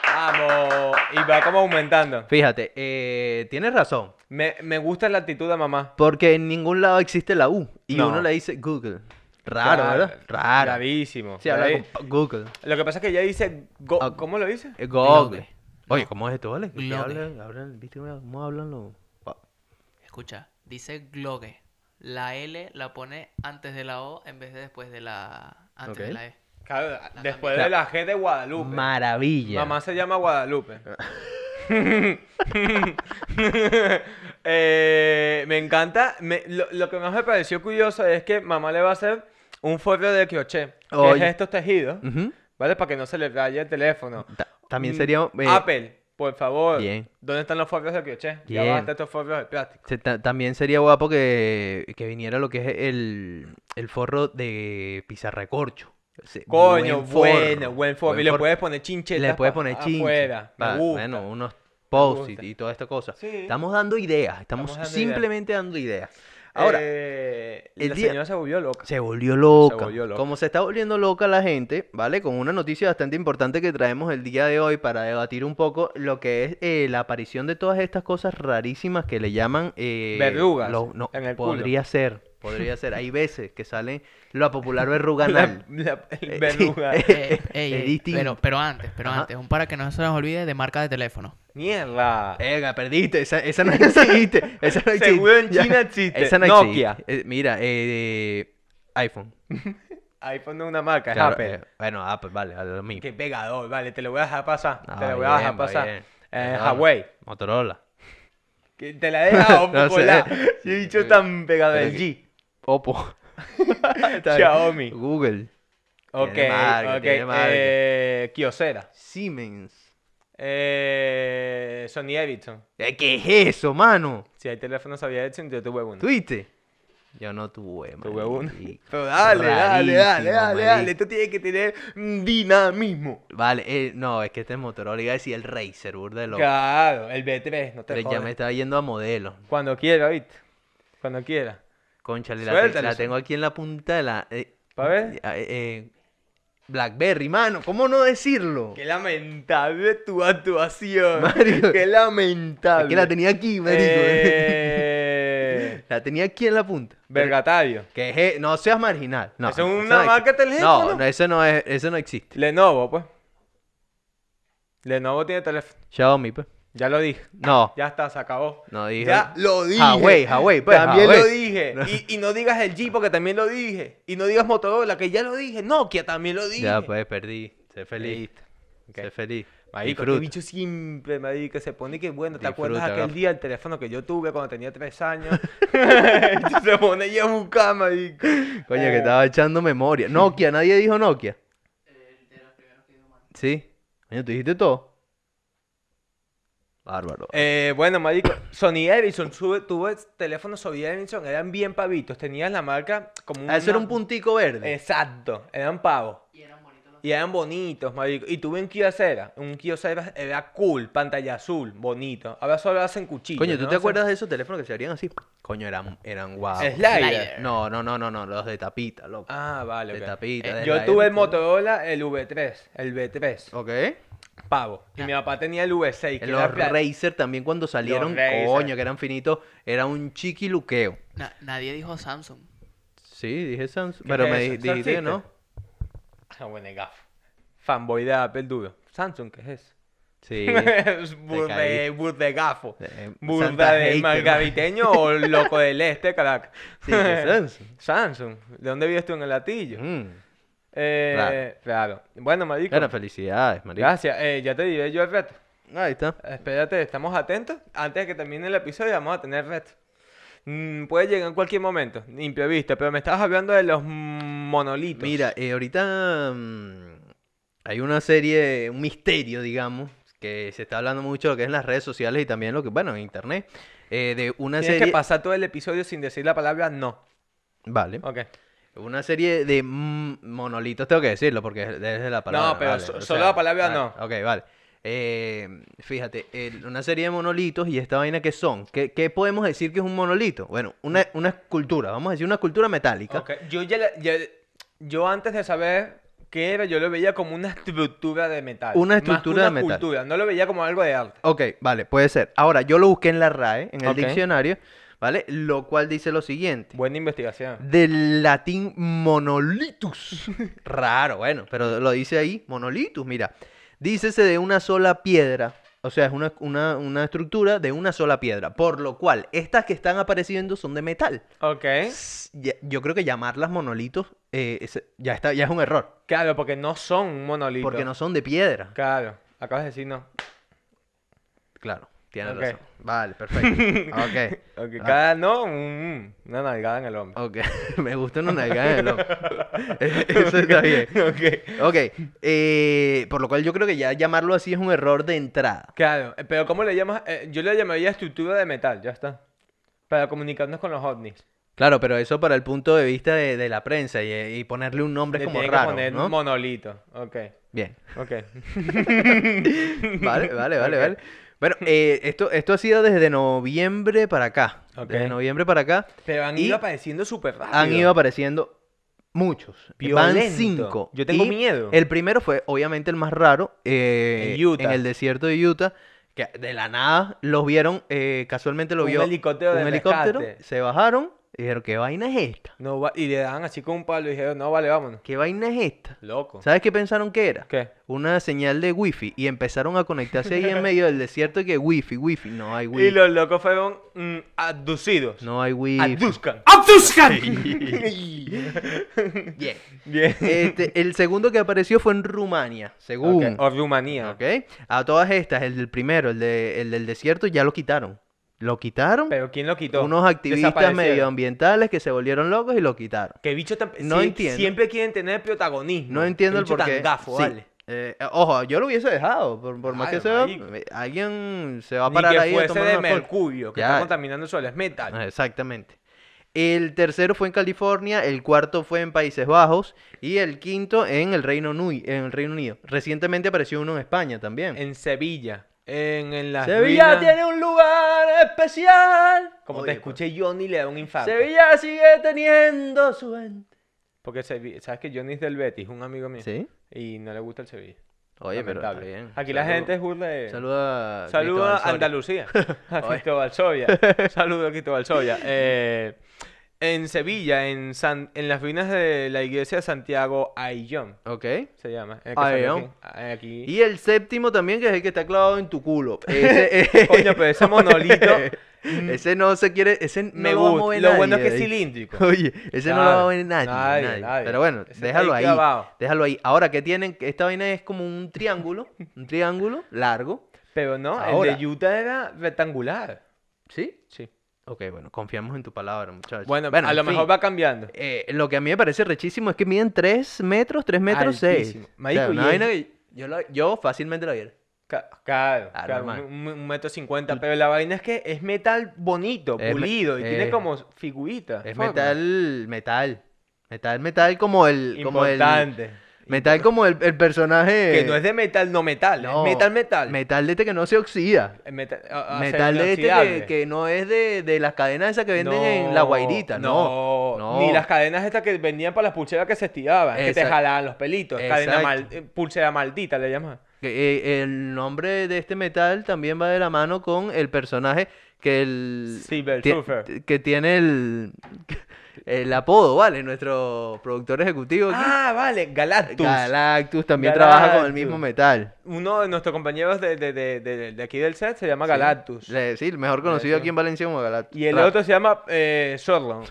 [SPEAKER 1] Vamos. Y va como aumentando.
[SPEAKER 4] Fíjate, eh, tienes razón.
[SPEAKER 1] Me, me gusta la actitud de mamá.
[SPEAKER 4] Porque en ningún lado existe la U. Y
[SPEAKER 1] No.
[SPEAKER 4] uno le dice Google. Raro, ¿verdad? Raro.
[SPEAKER 1] Rarísimo.
[SPEAKER 4] Sí, habla
[SPEAKER 1] Rarí-
[SPEAKER 4] con Google.
[SPEAKER 1] Lo que pasa es que ella dice. go-
[SPEAKER 4] Ah.
[SPEAKER 1] ¿Cómo lo dice?
[SPEAKER 4] Eh, Google. Oye, ¿cómo es esto, vale? ¿Qué
[SPEAKER 5] Globe.
[SPEAKER 4] hablan- hablan- viste ¿Cómo hablan los...? Wow.
[SPEAKER 5] Escucha, dice glogue. La L la pone antes de la O en vez de después de la... Antes
[SPEAKER 4] Ok.
[SPEAKER 5] de la E.
[SPEAKER 1] Claro, después de la G de Guadalupe.
[SPEAKER 4] Maravilla.
[SPEAKER 1] Mamá se llama Guadalupe. Eh, me encanta. me- lo, lo que más me pareció curioso es que mamá le va a hacer un forro de crochet. Que
[SPEAKER 4] Oye.
[SPEAKER 1] es estos tejidos.
[SPEAKER 4] Ujú.
[SPEAKER 1] ¿Vale? Para que no se le raye el teléfono.
[SPEAKER 4] Ta- También
[SPEAKER 1] Mm,
[SPEAKER 4] sería... eh,
[SPEAKER 1] Apple, por favor.
[SPEAKER 4] bien.
[SPEAKER 1] ¿Dónde están los forros de crochet? Ya
[SPEAKER 4] Bien.
[SPEAKER 1] basta estos forros de plástico.
[SPEAKER 4] se- ta- también sería guapo que, que viniera lo que es el, el forro de pizarra de corcho. Ese
[SPEAKER 1] Coño,
[SPEAKER 4] buen forro,
[SPEAKER 1] bueno, buen forro. Y le puedes poner chinchetas
[SPEAKER 4] Le puedes
[SPEAKER 1] pa-
[SPEAKER 4] poner chinche.
[SPEAKER 1] afuera.
[SPEAKER 4] pa-
[SPEAKER 1] Me gusta.
[SPEAKER 4] Bueno, unos post
[SPEAKER 1] gusta.
[SPEAKER 4] y toda esta cosa.
[SPEAKER 1] Sí.
[SPEAKER 4] Estamos dando ideas. Estamos,
[SPEAKER 1] Estamos dando ideas.
[SPEAKER 4] simplemente dando ideas. Ahora,
[SPEAKER 1] Eh,
[SPEAKER 4] el
[SPEAKER 1] la
[SPEAKER 4] día-
[SPEAKER 1] señora se volvió loca.
[SPEAKER 4] se volvió loca.
[SPEAKER 1] volvió loca.
[SPEAKER 4] Como se está volviendo loca la gente, ¿vale? Con una noticia bastante importante que traemos el día de hoy para debatir un poco lo que es eh, la aparición de todas estas cosas rarísimas que le llaman... eh,
[SPEAKER 1] Verrugas
[SPEAKER 4] lo- no,
[SPEAKER 1] en el culo.
[SPEAKER 4] podría ser. Podría ser. Hay veces que sale la popular verruga
[SPEAKER 1] La,
[SPEAKER 4] anal.
[SPEAKER 1] la- el
[SPEAKER 4] Eh,
[SPEAKER 1] verruga.
[SPEAKER 4] sí.
[SPEAKER 5] Ey, ey,
[SPEAKER 4] Es
[SPEAKER 5] ey,
[SPEAKER 4] distinto.
[SPEAKER 5] pero, pero antes, pero
[SPEAKER 4] Ajá.
[SPEAKER 5] antes. Un para que no se nos olvide de marca de teléfono.
[SPEAKER 1] Mierda. Eh,
[SPEAKER 4] Venga, perdiste, esa, esa no existe. Esa no existe.
[SPEAKER 1] Seguro en
[SPEAKER 4] Ya,
[SPEAKER 1] China existe.
[SPEAKER 4] Esa no
[SPEAKER 1] Nokia.
[SPEAKER 4] existe. Eh, mira, eh, iPhone.
[SPEAKER 1] iPhone no es una marca, es
[SPEAKER 4] Claro,
[SPEAKER 1] Apple.
[SPEAKER 4] eh, bueno, Apple, vale, vale, lo mismo.
[SPEAKER 1] Qué pegador, vale, te lo voy a dejar pasar.
[SPEAKER 4] Ah,
[SPEAKER 1] te lo voy a
[SPEAKER 4] bien,
[SPEAKER 1] dejar
[SPEAKER 4] va
[SPEAKER 1] pasar.
[SPEAKER 4] bien.
[SPEAKER 1] Eh,
[SPEAKER 4] Perdona.
[SPEAKER 1] Huawei.
[SPEAKER 4] Motorola.
[SPEAKER 1] Que te la he dejado
[SPEAKER 4] No
[SPEAKER 1] por
[SPEAKER 4] sé.
[SPEAKER 1] la. Yo he dicho tan pegado
[SPEAKER 4] Pero
[SPEAKER 1] el
[SPEAKER 4] que-
[SPEAKER 1] G.
[SPEAKER 4] Oppo. Está bien.
[SPEAKER 1] Xiaomi.
[SPEAKER 4] Google.
[SPEAKER 1] Ok,
[SPEAKER 4] marca,
[SPEAKER 1] ok.
[SPEAKER 4] tiene marca.
[SPEAKER 1] Eh, Kyocera.
[SPEAKER 4] Siemens.
[SPEAKER 1] Eh, Sony Ericsson.
[SPEAKER 4] Eh, ¿Qué es eso, mano?
[SPEAKER 1] Si hay teléfonos había Ericsson, yo tuve uno.
[SPEAKER 4] ¿Tuviste? Yo no tuve, mano.
[SPEAKER 1] Tuve uno. Pero dale, dale, dale, dale, dale. Esto tiene que tener mm, dinamismo.
[SPEAKER 4] Vale, eh, no, es que este es Motorola. Iba a decir el Razer, burda de loco.
[SPEAKER 1] Claro, el B3, no te
[SPEAKER 4] Pero ya me
[SPEAKER 1] jodas.
[SPEAKER 4] estaba yendo a modelo.
[SPEAKER 1] Cuando quiera, ¿viste? Cuando quiera.
[SPEAKER 4] Conchale, la, te-
[SPEAKER 1] Suéltalo,
[SPEAKER 4] la
[SPEAKER 1] suéltalo.
[SPEAKER 4] tengo aquí en la punta de la. eh,
[SPEAKER 1] Pa' ver.
[SPEAKER 4] eh, eh, Blackberry, mano, ¿cómo no decirlo?
[SPEAKER 1] Qué lamentable tu actuación.
[SPEAKER 4] Marico.
[SPEAKER 1] Qué lamentable.
[SPEAKER 4] Es que la tenía aquí, marico.
[SPEAKER 1] Eh,
[SPEAKER 4] La tenía aquí en la punta.
[SPEAKER 1] Vergatario.
[SPEAKER 4] Que je- no seas marginal. No,
[SPEAKER 1] ¿Eso es
[SPEAKER 4] eso
[SPEAKER 1] una
[SPEAKER 4] no
[SPEAKER 1] marca de
[SPEAKER 4] existe.
[SPEAKER 1] teléfono?
[SPEAKER 4] No, no, eso no es, eso no existe.
[SPEAKER 1] Lenovo, pues. Lenovo tiene teléfono.
[SPEAKER 4] Xiaomi, pues.
[SPEAKER 1] Ya lo dije.
[SPEAKER 4] No,
[SPEAKER 1] Ya está, se acabó.
[SPEAKER 4] no dije.
[SPEAKER 1] Ya lo dije.
[SPEAKER 4] Huawei, Huawei, pues,
[SPEAKER 1] También lo
[SPEAKER 4] Huawei.
[SPEAKER 1] dije.
[SPEAKER 4] No.
[SPEAKER 1] Y, y no digas el G porque también lo dije. Y no digas Motorola, que ya lo dije. Nokia también lo dije.
[SPEAKER 4] Ya, pues, perdí. pues, Sé feliz.
[SPEAKER 1] Listo. Ok.
[SPEAKER 4] Sé feliz.
[SPEAKER 1] Marico,
[SPEAKER 4] Disfruta.
[SPEAKER 1] qué bicho siempre, marico, se pone que bueno, ¿te acuerdas
[SPEAKER 4] Disfruta,
[SPEAKER 1] aquel
[SPEAKER 4] gafa.
[SPEAKER 1] día el teléfono que yo tuve cuando tenía tres años? Bicho, se pone ahí a buscar, marico.
[SPEAKER 4] Coño,
[SPEAKER 1] Eh.
[SPEAKER 4] que estaba echando memoria. Nokia, nadie dijo Nokia. Sí. Coño, tú dijiste todo. Bárbaro.
[SPEAKER 1] Eh, bueno, marico, Sony Ericsson, tuve, tuve teléfonos Sony Ericsson, eran bien pavitos, tenías la marca como
[SPEAKER 4] Ah, eso era
[SPEAKER 1] una-
[SPEAKER 4] un puntico verde.
[SPEAKER 1] Exacto, eran pavos. Y eran bonitos, marico. Y tuve un Kyocera. Un Kyocera era cool, pantalla azul, bonito. Ahora solo hacen cuchillos.
[SPEAKER 4] Coño, ¿tú
[SPEAKER 1] ¿no?
[SPEAKER 4] te
[SPEAKER 1] Hacen-
[SPEAKER 4] acuerdas de esos teléfonos que se abrían así? Coño, eran, eran guau.
[SPEAKER 1] Slider.
[SPEAKER 5] Slider.
[SPEAKER 4] No, no, no, no, no, los de tapita, loco.
[SPEAKER 1] Ah, vale.
[SPEAKER 4] de
[SPEAKER 1] ok.
[SPEAKER 4] tapita.
[SPEAKER 5] Eh,
[SPEAKER 4] de
[SPEAKER 1] Yo
[SPEAKER 4] Slider.
[SPEAKER 1] tuve el Motorola, el V3, el V3,
[SPEAKER 4] Ok.
[SPEAKER 1] pavo. Y mi papá tenía el V6. que
[SPEAKER 4] Ah. Los
[SPEAKER 1] era pla-
[SPEAKER 4] Razer también cuando salieron,
[SPEAKER 1] Razer.
[SPEAKER 4] coño, que eran finitos, era un chiquiluqueo.
[SPEAKER 5] Na- nadie dijo Samsung.
[SPEAKER 4] Sí, dije Samsung.
[SPEAKER 1] ¿Qué
[SPEAKER 4] Pero
[SPEAKER 1] es
[SPEAKER 4] me
[SPEAKER 1] eso?
[SPEAKER 4] di-
[SPEAKER 1] ¿Eso
[SPEAKER 4] dijiste que
[SPEAKER 1] existe?
[SPEAKER 4] no.
[SPEAKER 1] Ah, bueno, gafo. Fanboy de Apple duro. Samsung, ¿qué es eso?
[SPEAKER 4] Sí.
[SPEAKER 1] Es
[SPEAKER 4] caíste.
[SPEAKER 1] burde, burde gafo.
[SPEAKER 4] Eh, Santa
[SPEAKER 1] Burda de
[SPEAKER 4] hater.
[SPEAKER 1] margariteño o loco del este, caraca.
[SPEAKER 4] Sí, que Samsung.
[SPEAKER 1] Samsung, ¿de dónde vives tú en el latillo?
[SPEAKER 4] Mm.
[SPEAKER 1] Eh, claro. Bueno, marico.
[SPEAKER 4] Bueno, felicidades, María.
[SPEAKER 1] Gracias. Eh, ya te diré yo el reto.
[SPEAKER 4] Ahí está.
[SPEAKER 1] Espérate, estamos atentos. Antes de que termine el episodio vamos a tener reto. Mm, puede llegar en cualquier momento, imprevisto, pero me estabas hablando de los monolitos.
[SPEAKER 4] Mira, eh, ahorita mm, hay una serie, un misterio, digamos, que se está hablando mucho de lo que es en las redes sociales y también lo que, bueno, en internet, eh, de una
[SPEAKER 1] tienes
[SPEAKER 4] serie...
[SPEAKER 1] que pasar todo el episodio sin decir la palabra no.
[SPEAKER 4] Vale.
[SPEAKER 1] Ok.
[SPEAKER 4] Una serie de mm, monolitos, tengo que decirlo, porque es desde la palabra.
[SPEAKER 1] pero
[SPEAKER 4] vale,
[SPEAKER 1] so-
[SPEAKER 4] o
[SPEAKER 1] solo
[SPEAKER 4] sea,
[SPEAKER 1] la palabra
[SPEAKER 4] vale,
[SPEAKER 1] no.
[SPEAKER 4] Ok, vale. Eh, fíjate, el- una serie de monolitos y esta vaina que son. ¿Qué, qué podemos decir que es un monolito? Bueno, una, una escultura, vamos a decir una escultura metálica.
[SPEAKER 1] ok. Yo, ya, la- ya- yo antes de saber qué era, yo lo veía como una estructura de metal.
[SPEAKER 4] Una
[SPEAKER 1] más que
[SPEAKER 4] estructura de
[SPEAKER 1] una
[SPEAKER 4] metal.
[SPEAKER 1] cultura, No lo veía como algo de arte.
[SPEAKER 4] Ok, vale, puede ser. Ahora, yo lo busqué en la RAE, en el
[SPEAKER 1] Ok.
[SPEAKER 4] diccionario, ¿vale? Lo cual dice lo siguiente.
[SPEAKER 1] Buena investigación.
[SPEAKER 4] Del latín monolitus. Raro, bueno, pero lo dice ahí, monolitus, mira. Dícese de una sola piedra. O sea, es una, una- una estructura de una sola piedra. Por lo cual, estas que están apareciendo son de metal.
[SPEAKER 1] Ok.
[SPEAKER 4] S- ya- Yo creo que llamarlas monolitos eh, es- ya, está, ya es un error.
[SPEAKER 1] Claro, porque no son un monolito.
[SPEAKER 4] Porque no son de piedra.
[SPEAKER 1] Claro, acabas de decir no.
[SPEAKER 4] Claro, tienes
[SPEAKER 1] Ok.
[SPEAKER 4] razón. Vale, perfecto. Ok.
[SPEAKER 1] Ok,
[SPEAKER 4] Ah.
[SPEAKER 1] Cada no, un- una nalgada en el hombro.
[SPEAKER 4] Ok, me gusta una nalgada en el hombro. Eso está bien.
[SPEAKER 1] Ok.
[SPEAKER 4] Ok, eh, por lo cual yo creo que ya llamarlo así es un error de entrada.
[SPEAKER 1] Claro, eh, pero ¿cómo le llamas? Eh, yo le llamaría estructura de metal, ya está. Para comunicarnos con los ovnis.
[SPEAKER 4] Claro, pero eso para el punto de vista de, de la prensa y, eh, y ponerle un nombre
[SPEAKER 1] Le
[SPEAKER 4] es como
[SPEAKER 1] tienen
[SPEAKER 4] raro,
[SPEAKER 1] que poner
[SPEAKER 4] ¿no?
[SPEAKER 1] monolito. Ok,
[SPEAKER 4] Bien,
[SPEAKER 1] ok.
[SPEAKER 4] vale, vale, vale,
[SPEAKER 1] Ok.
[SPEAKER 4] vale. Bueno, eh, esto, esto ha sido desde noviembre para acá.
[SPEAKER 1] Ok.
[SPEAKER 4] Desde noviembre para acá
[SPEAKER 1] Pero han
[SPEAKER 4] Y
[SPEAKER 1] ido apareciendo súper rápido.
[SPEAKER 4] han ido apareciendo muchos. Van
[SPEAKER 1] Violento.
[SPEAKER 4] cinco.
[SPEAKER 1] Yo tengo
[SPEAKER 4] y
[SPEAKER 1] miedo.
[SPEAKER 4] El primero fue, obviamente, el más raro. eh,
[SPEAKER 1] En Utah.
[SPEAKER 4] el desierto de Utah. Que de la nada los vieron. eh, casualmente lo
[SPEAKER 1] Un
[SPEAKER 4] vio.
[SPEAKER 1] helicóptero
[SPEAKER 4] un
[SPEAKER 1] de
[SPEAKER 4] helicóptero.
[SPEAKER 1] rescate.
[SPEAKER 4] Se bajaron. Y dijeron, ¿qué vaina es esta?
[SPEAKER 1] No va- y le dan así con un palo y dijeron, no, vale, vámonos.
[SPEAKER 4] ¿Qué vaina es esta?
[SPEAKER 1] Loco.
[SPEAKER 4] ¿Sabes qué pensaron que era?
[SPEAKER 1] ¿Qué?
[SPEAKER 4] Una señal de wifi. Y empezaron a conectarse ahí en medio del desierto. Y que wifi, wifi. No hay
[SPEAKER 1] Y
[SPEAKER 4] wifi.
[SPEAKER 1] los locos fueron mm, abducidos.
[SPEAKER 4] No hay wifi.
[SPEAKER 1] Abduzcan.
[SPEAKER 4] Bien.
[SPEAKER 1] Bien.
[SPEAKER 4] Este, el segundo que apareció fue en Rumania, según.
[SPEAKER 1] Ok, oh, O Rumanía.
[SPEAKER 4] ¿Ok? A todas estas, el del primero, el, de- el del desierto, ya lo quitaron. Lo quitaron
[SPEAKER 1] Pero ¿quién lo quitó?
[SPEAKER 4] unos activistas
[SPEAKER 1] Desaparecieron.
[SPEAKER 4] medioambientales que se volvieron locos y lo quitaron.
[SPEAKER 1] Que bicho tan...
[SPEAKER 4] No
[SPEAKER 1] sie-
[SPEAKER 4] entiendo.
[SPEAKER 1] Siempre quieren tener protagonismo.
[SPEAKER 4] No entiendo
[SPEAKER 1] Qué
[SPEAKER 4] el
[SPEAKER 1] bicho
[SPEAKER 4] porqué.
[SPEAKER 1] tan gafo,
[SPEAKER 4] Sí.
[SPEAKER 1] vale.
[SPEAKER 4] Eh, ojo, yo lo hubiese dejado, por, por más que
[SPEAKER 1] Claro,
[SPEAKER 4] sea,
[SPEAKER 1] marico.
[SPEAKER 4] eh, alguien se va a
[SPEAKER 1] Ni
[SPEAKER 4] parar
[SPEAKER 1] que
[SPEAKER 4] ahí a
[SPEAKER 1] fuese
[SPEAKER 4] tomar
[SPEAKER 1] de
[SPEAKER 4] una foto.
[SPEAKER 1] mercurio, que
[SPEAKER 4] Ya.
[SPEAKER 1] está contaminando el suelo. Es metal.
[SPEAKER 4] Ah, Exactamente. El tercero fue en California, el cuarto fue en Países Bajos y el quinto en el Reino, Nui- en el Reino Unido. Recientemente apareció uno en España también.
[SPEAKER 1] En Sevilla. En, en las
[SPEAKER 4] Sevilla
[SPEAKER 1] ruinas.
[SPEAKER 4] tiene un lugar especial.
[SPEAKER 1] Como
[SPEAKER 4] Oye, pues.
[SPEAKER 1] te escuché Johnny le da un infarto.
[SPEAKER 4] Sevilla sigue teniendo su gente.
[SPEAKER 1] Porque Sevi- sabes que Johnny es del Betis, un amigo mío.
[SPEAKER 4] Sí.
[SPEAKER 1] Y no le gusta el Sevilla.
[SPEAKER 4] Oye, pero está
[SPEAKER 1] Lamentable.
[SPEAKER 4] bien.
[SPEAKER 1] Aquí la gente es burda de...
[SPEAKER 4] Saluda. a
[SPEAKER 1] Saludos a
[SPEAKER 4] Cristóbal Soria.
[SPEAKER 1] Andalucía, a Cristóbal Soria. Saludos a Cristóbal Soria. Eh, en Sevilla, en, San- en las ruinas de la iglesia de Santiago Ayllón,
[SPEAKER 4] Ok.
[SPEAKER 1] se llama. eh, que
[SPEAKER 4] Ayllón.
[SPEAKER 1] salió Aquí. eh, aquí.
[SPEAKER 4] Y el séptimo también, que es el que está clavado en tu culo. Ese-
[SPEAKER 1] Coño, pero ese monolito,
[SPEAKER 4] Ese no se quiere, ese me
[SPEAKER 1] me gusta.
[SPEAKER 4] mover
[SPEAKER 1] Lo
[SPEAKER 4] nadie
[SPEAKER 1] bueno es que
[SPEAKER 4] de
[SPEAKER 1] es
[SPEAKER 4] ahí.
[SPEAKER 1] cilíndrico.
[SPEAKER 4] Oye, ese no lo va a
[SPEAKER 1] Claro,
[SPEAKER 4] ver nadie,
[SPEAKER 1] nadie,
[SPEAKER 4] nadie.
[SPEAKER 1] nadie.
[SPEAKER 4] Pero bueno,
[SPEAKER 1] Ese está
[SPEAKER 4] déjalo
[SPEAKER 1] ahí
[SPEAKER 4] ahí.
[SPEAKER 1] clavado.
[SPEAKER 4] Déjalo ahí. Ahora, ¿qué tienen? Esta vaina es como un triángulo. Un triángulo largo.
[SPEAKER 1] Pero no,
[SPEAKER 4] Ahora.
[SPEAKER 1] el de Utah era rectangular.
[SPEAKER 4] ¿Sí?
[SPEAKER 1] Sí.
[SPEAKER 4] Ok, bueno, confiamos en tu palabra, muchachos.
[SPEAKER 1] Bueno, a
[SPEAKER 4] en
[SPEAKER 1] lo
[SPEAKER 4] fin,
[SPEAKER 1] mejor va cambiando.
[SPEAKER 4] eh, lo que a mí me parece rechísimo es que miden 3 metros, 3 metros 6.
[SPEAKER 1] Altísimo. Marico,
[SPEAKER 4] una
[SPEAKER 1] y es-
[SPEAKER 4] vaina que yo, la- yo fácilmente la viera.
[SPEAKER 1] Ca- Claro,
[SPEAKER 4] Claro,
[SPEAKER 1] claro,
[SPEAKER 4] hermano.
[SPEAKER 1] un, un metro cincuenta. Pero la vaina es que es metal bonito,
[SPEAKER 4] Es me-
[SPEAKER 1] pulido, y
[SPEAKER 4] eh,
[SPEAKER 1] tiene como figuritas.
[SPEAKER 4] Es
[SPEAKER 1] forma.
[SPEAKER 4] metal, metal. Metal, metal como el. Como el
[SPEAKER 1] Importante.
[SPEAKER 4] metal como el, el personaje.
[SPEAKER 1] Que no es de metal, no metal.
[SPEAKER 4] No,
[SPEAKER 1] es metal, metal.
[SPEAKER 4] Metal de este que no se oxida.
[SPEAKER 1] Eh, meta- a- a- o sea,
[SPEAKER 4] Metal de este que,
[SPEAKER 1] inoxidable.
[SPEAKER 4] que no es de, de las cadenas esas que venden en la guairita, no.
[SPEAKER 1] no, Ni las cadenas estas que vendían para las pulseras que se estiraban, que te
[SPEAKER 4] Exact-
[SPEAKER 1] jalaban los pelitos. Cadena
[SPEAKER 4] Exacto.
[SPEAKER 1] mal, eh, pulsera maldita le llaman.
[SPEAKER 4] Que, eh, el nombre de este metal también va de la mano con el personaje que el
[SPEAKER 1] Silver
[SPEAKER 4] tie-
[SPEAKER 1] Surfer.
[SPEAKER 4] que tiene el el apodo, vale, nuestro productor ejecutivo aquí.
[SPEAKER 1] Ah, vale, Galactus.
[SPEAKER 4] Galactus también trabaja con el
[SPEAKER 1] Galactus.
[SPEAKER 4] mismo metal.
[SPEAKER 1] Uno de nuestros compañeros de, de- de- de- de aquí del set se llama Galactus.
[SPEAKER 4] Le- Sí, el mejor conocido
[SPEAKER 1] Eso.
[SPEAKER 4] aquí en Valencia como Galactus.
[SPEAKER 1] Y el
[SPEAKER 4] Ra-
[SPEAKER 1] otro se llama eh, Sorlon.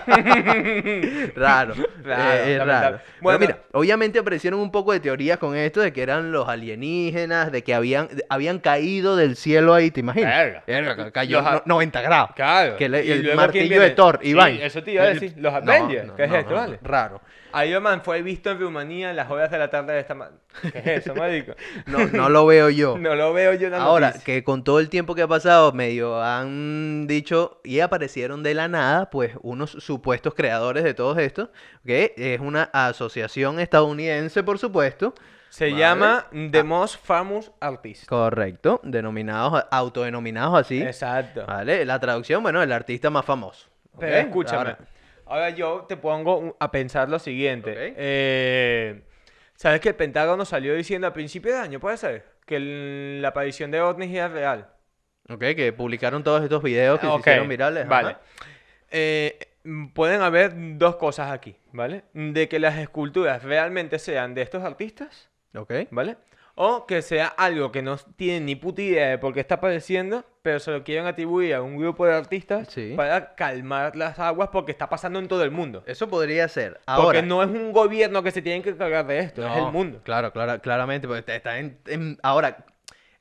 [SPEAKER 4] Raro.
[SPEAKER 1] Raro,
[SPEAKER 4] eh, es
[SPEAKER 1] lamentable.
[SPEAKER 4] raro. Bueno,
[SPEAKER 1] Bueno.
[SPEAKER 4] mira, obviamente aparecieron un poco de teorías con esto de que eran los alienígenas, de que habían, de- habían caído del cielo ahí, ¿te imaginas?
[SPEAKER 1] Verga.
[SPEAKER 4] Verga, cayó
[SPEAKER 1] Los a-
[SPEAKER 4] no- 90 grados.
[SPEAKER 1] Claro.
[SPEAKER 4] Que le-
[SPEAKER 1] Y
[SPEAKER 4] el
[SPEAKER 1] luego, ¿quién
[SPEAKER 4] martillo
[SPEAKER 1] viene?
[SPEAKER 4] de Thor,
[SPEAKER 1] Sí,
[SPEAKER 4] Iván.
[SPEAKER 1] eso te iba a decir. Los
[SPEAKER 4] No,
[SPEAKER 1] Avengers.
[SPEAKER 4] no,
[SPEAKER 1] ¿Qué es
[SPEAKER 4] no,
[SPEAKER 1] esto,
[SPEAKER 4] no,
[SPEAKER 1] vale?
[SPEAKER 4] Raro.
[SPEAKER 1] Iron Man fue visto en Rumanía en las horas de la tarde de esta ma- ¿Qué es eso, marico?
[SPEAKER 4] No, no lo veo yo.
[SPEAKER 1] No lo veo yo en la
[SPEAKER 4] Ahora,
[SPEAKER 1] noticia.
[SPEAKER 4] que con todo el tiempo que ha pasado, medio han dicho y aparecieron de la nada, pues unos supuestos creadores de todo esto, que es una asociación estadounidense, por supuesto,
[SPEAKER 1] Se
[SPEAKER 4] Vale. Ah.
[SPEAKER 1] llama The Most Famous Artist.
[SPEAKER 4] correcto, denominados, autodenominados así.
[SPEAKER 1] Exacto.
[SPEAKER 4] Vale, la traducción, bueno, el artista más famoso. Ah, ¿ok?
[SPEAKER 1] Pero escúchame. Ahora.
[SPEAKER 4] Ahora,
[SPEAKER 1] yo te pongo un- a pensar lo siguiente.
[SPEAKER 4] Ok.
[SPEAKER 1] Eh, ¿Sabes que el Pentágono salió diciendo a principio de año, puede ser? Que el- la aparición de ovnis era real.
[SPEAKER 4] ok, que publicaron todos estos videos que
[SPEAKER 1] Ah,
[SPEAKER 4] se
[SPEAKER 1] ok,
[SPEAKER 4] hicieron virales. ajá.
[SPEAKER 1] Vale. Eh, mm, pueden haber dos cosas aquí, ¿vale? De que las esculturas realmente sean de estos artistas,
[SPEAKER 4] Ok.
[SPEAKER 1] ¿vale? O que sea algo que no tienen ni puta idea de por qué está apareciendo, pero se lo quieren atribuir a un grupo de artistas
[SPEAKER 4] Sí.
[SPEAKER 1] para calmar las aguas porque está pasando en todo el mundo.
[SPEAKER 4] Eso podría ser.
[SPEAKER 1] Porque
[SPEAKER 4] Ahora.
[SPEAKER 1] no es un gobierno que se tiene que cargar de esto, es
[SPEAKER 4] No,
[SPEAKER 1] el mundo.
[SPEAKER 4] Claro, claro, claramente. porque está en- en- ahora,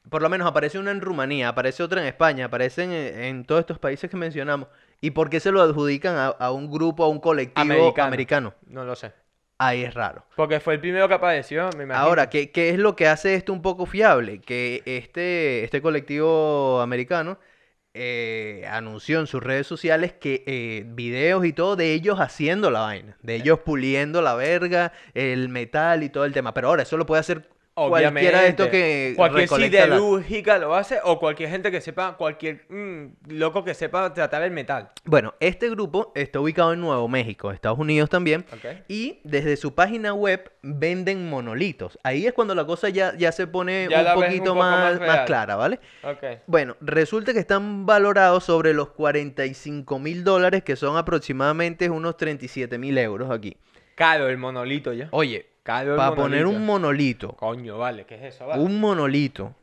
[SPEAKER 4] por lo menos aparece una en Rumanía, aparece otra en España, aparecen en, en todos estos países que mencionamos. ¿Y por qué se lo adjudican a, a un grupo, a un colectivo americano.
[SPEAKER 1] Americano. No lo sé.
[SPEAKER 4] Ahí es raro.
[SPEAKER 1] Porque fue el primero que apareció, me imagino.
[SPEAKER 4] Ahora, ¿qué, qué es lo que hace esto un poco fiable? Que este, este colectivo americano eh, anunció en sus redes sociales que eh, videos y todo de ellos haciendo la vaina,
[SPEAKER 1] Eh.
[SPEAKER 4] de ellos puliendo la verga, el metal y todo el tema. Pero ahora, eso lo puede hacer cualquiera de estos
[SPEAKER 1] Obviamente.
[SPEAKER 4] que
[SPEAKER 1] Cualquier
[SPEAKER 4] recolecta la-
[SPEAKER 1] siderúrgica lo hace o cualquier gente que sepa, cualquier mm, loco que sepa tratar el metal.
[SPEAKER 4] Bueno, este grupo está ubicado en Nuevo México, Estados Unidos también.
[SPEAKER 1] Ok.
[SPEAKER 4] Y desde su página web venden monolitos. Ahí es cuando la cosa ya, ya se pone
[SPEAKER 1] Ya
[SPEAKER 4] un
[SPEAKER 1] la ves un
[SPEAKER 4] poquito
[SPEAKER 1] poco más
[SPEAKER 4] más, más
[SPEAKER 1] real.
[SPEAKER 4] clara, ¿vale?
[SPEAKER 1] Ok.
[SPEAKER 4] Bueno, resulta que están valorados sobre los 45 mil dólares, que son aproximadamente unos 37 mil euros aquí.
[SPEAKER 1] Caro el monolito ya.
[SPEAKER 4] Oye,
[SPEAKER 1] Caro el
[SPEAKER 4] para Oh, poner un
[SPEAKER 1] monolito.
[SPEAKER 4] monolito,
[SPEAKER 1] Coño, vale, ¿qué es eso? Vale?
[SPEAKER 4] un monolito,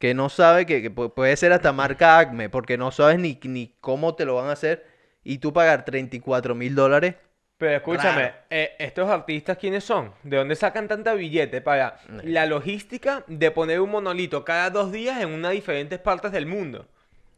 [SPEAKER 4] que no sabe que, que pu- puede ser hasta marca Acme, porque no sabes ni, ni cómo te lo van a hacer, y tú pagar 34 mil dólares.
[SPEAKER 1] Pero escúchame,
[SPEAKER 4] Raro.
[SPEAKER 1] eh, ¿estos artistas quiénes son? ¿De dónde sacan tanta billete para la logística de poner un monolito cada dos días en unas diferentes partes del mundo?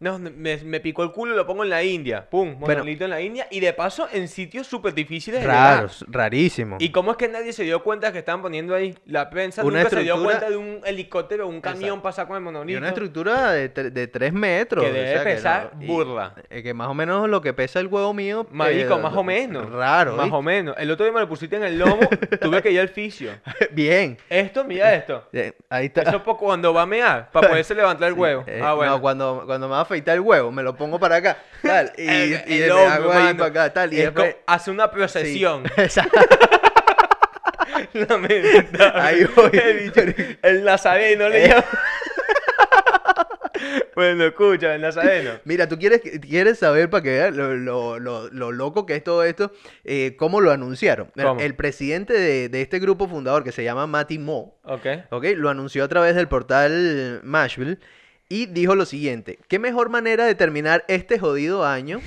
[SPEAKER 1] No, me, me picó el culo, lo pongo en la India. Pum,
[SPEAKER 4] Bueno.
[SPEAKER 1] monolito en la India y de paso en sitios súper difíciles de llegar.
[SPEAKER 4] Raros, rarísimo.
[SPEAKER 1] ¿Y cómo es que nadie se dio cuenta que estaban poniendo ahí? La prensa
[SPEAKER 4] Una
[SPEAKER 1] nunca se dio
[SPEAKER 4] estructura-
[SPEAKER 1] cuenta de un helicóptero o un camión pasar con el
[SPEAKER 4] Y
[SPEAKER 1] monolito.
[SPEAKER 4] una estructura de, tre- de 3 metros.
[SPEAKER 1] Que debe pesar
[SPEAKER 4] y-
[SPEAKER 1] burla.
[SPEAKER 4] eh, que más o menos lo que pesa el huevo mío. eh,
[SPEAKER 1] Marico, más o menos.
[SPEAKER 4] Raro.
[SPEAKER 1] Más o menos. El otro día me lo pusiste en el lomo, tuve que ir al fisio.
[SPEAKER 4] ¿viste? Bien.
[SPEAKER 1] Esto, mira esto.
[SPEAKER 4] Eh, Ahí está.
[SPEAKER 1] Eso es por cuando va a mear, para poderse levantar el huevo.
[SPEAKER 4] Eh,
[SPEAKER 1] ah, bueno.
[SPEAKER 4] No, cuando, cuando me va a afeitar el huevo, me lo pongo para acá. Tal, y
[SPEAKER 1] El-
[SPEAKER 4] y
[SPEAKER 1] el
[SPEAKER 4] le
[SPEAKER 1] hombre,
[SPEAKER 4] hago ahí
[SPEAKER 1] mano.
[SPEAKER 4] para acá. Tal, y
[SPEAKER 1] Es
[SPEAKER 4] después-
[SPEAKER 1] como- hace una
[SPEAKER 4] sí.
[SPEAKER 1] procesión.
[SPEAKER 4] Exacto.
[SPEAKER 1] Lamentable.
[SPEAKER 4] Ahí voy. Eh.
[SPEAKER 1] El, bicho- el nazareno le llama. bueno, escucha, el nazareno.
[SPEAKER 4] Mira, tú quieres, quieres saber para que veas lo, lo- lo- lo loco que es todo esto, eh, cómo lo anunciaron. Mira,
[SPEAKER 1] ¿Cómo?
[SPEAKER 4] El presidente de, de este grupo fundador que se llama Matty Moe,
[SPEAKER 1] Ok.
[SPEAKER 4] ¿ok? Lo anunció a través del portal Mashville Y dijo lo siguiente, ¿qué mejor manera de terminar este jodido año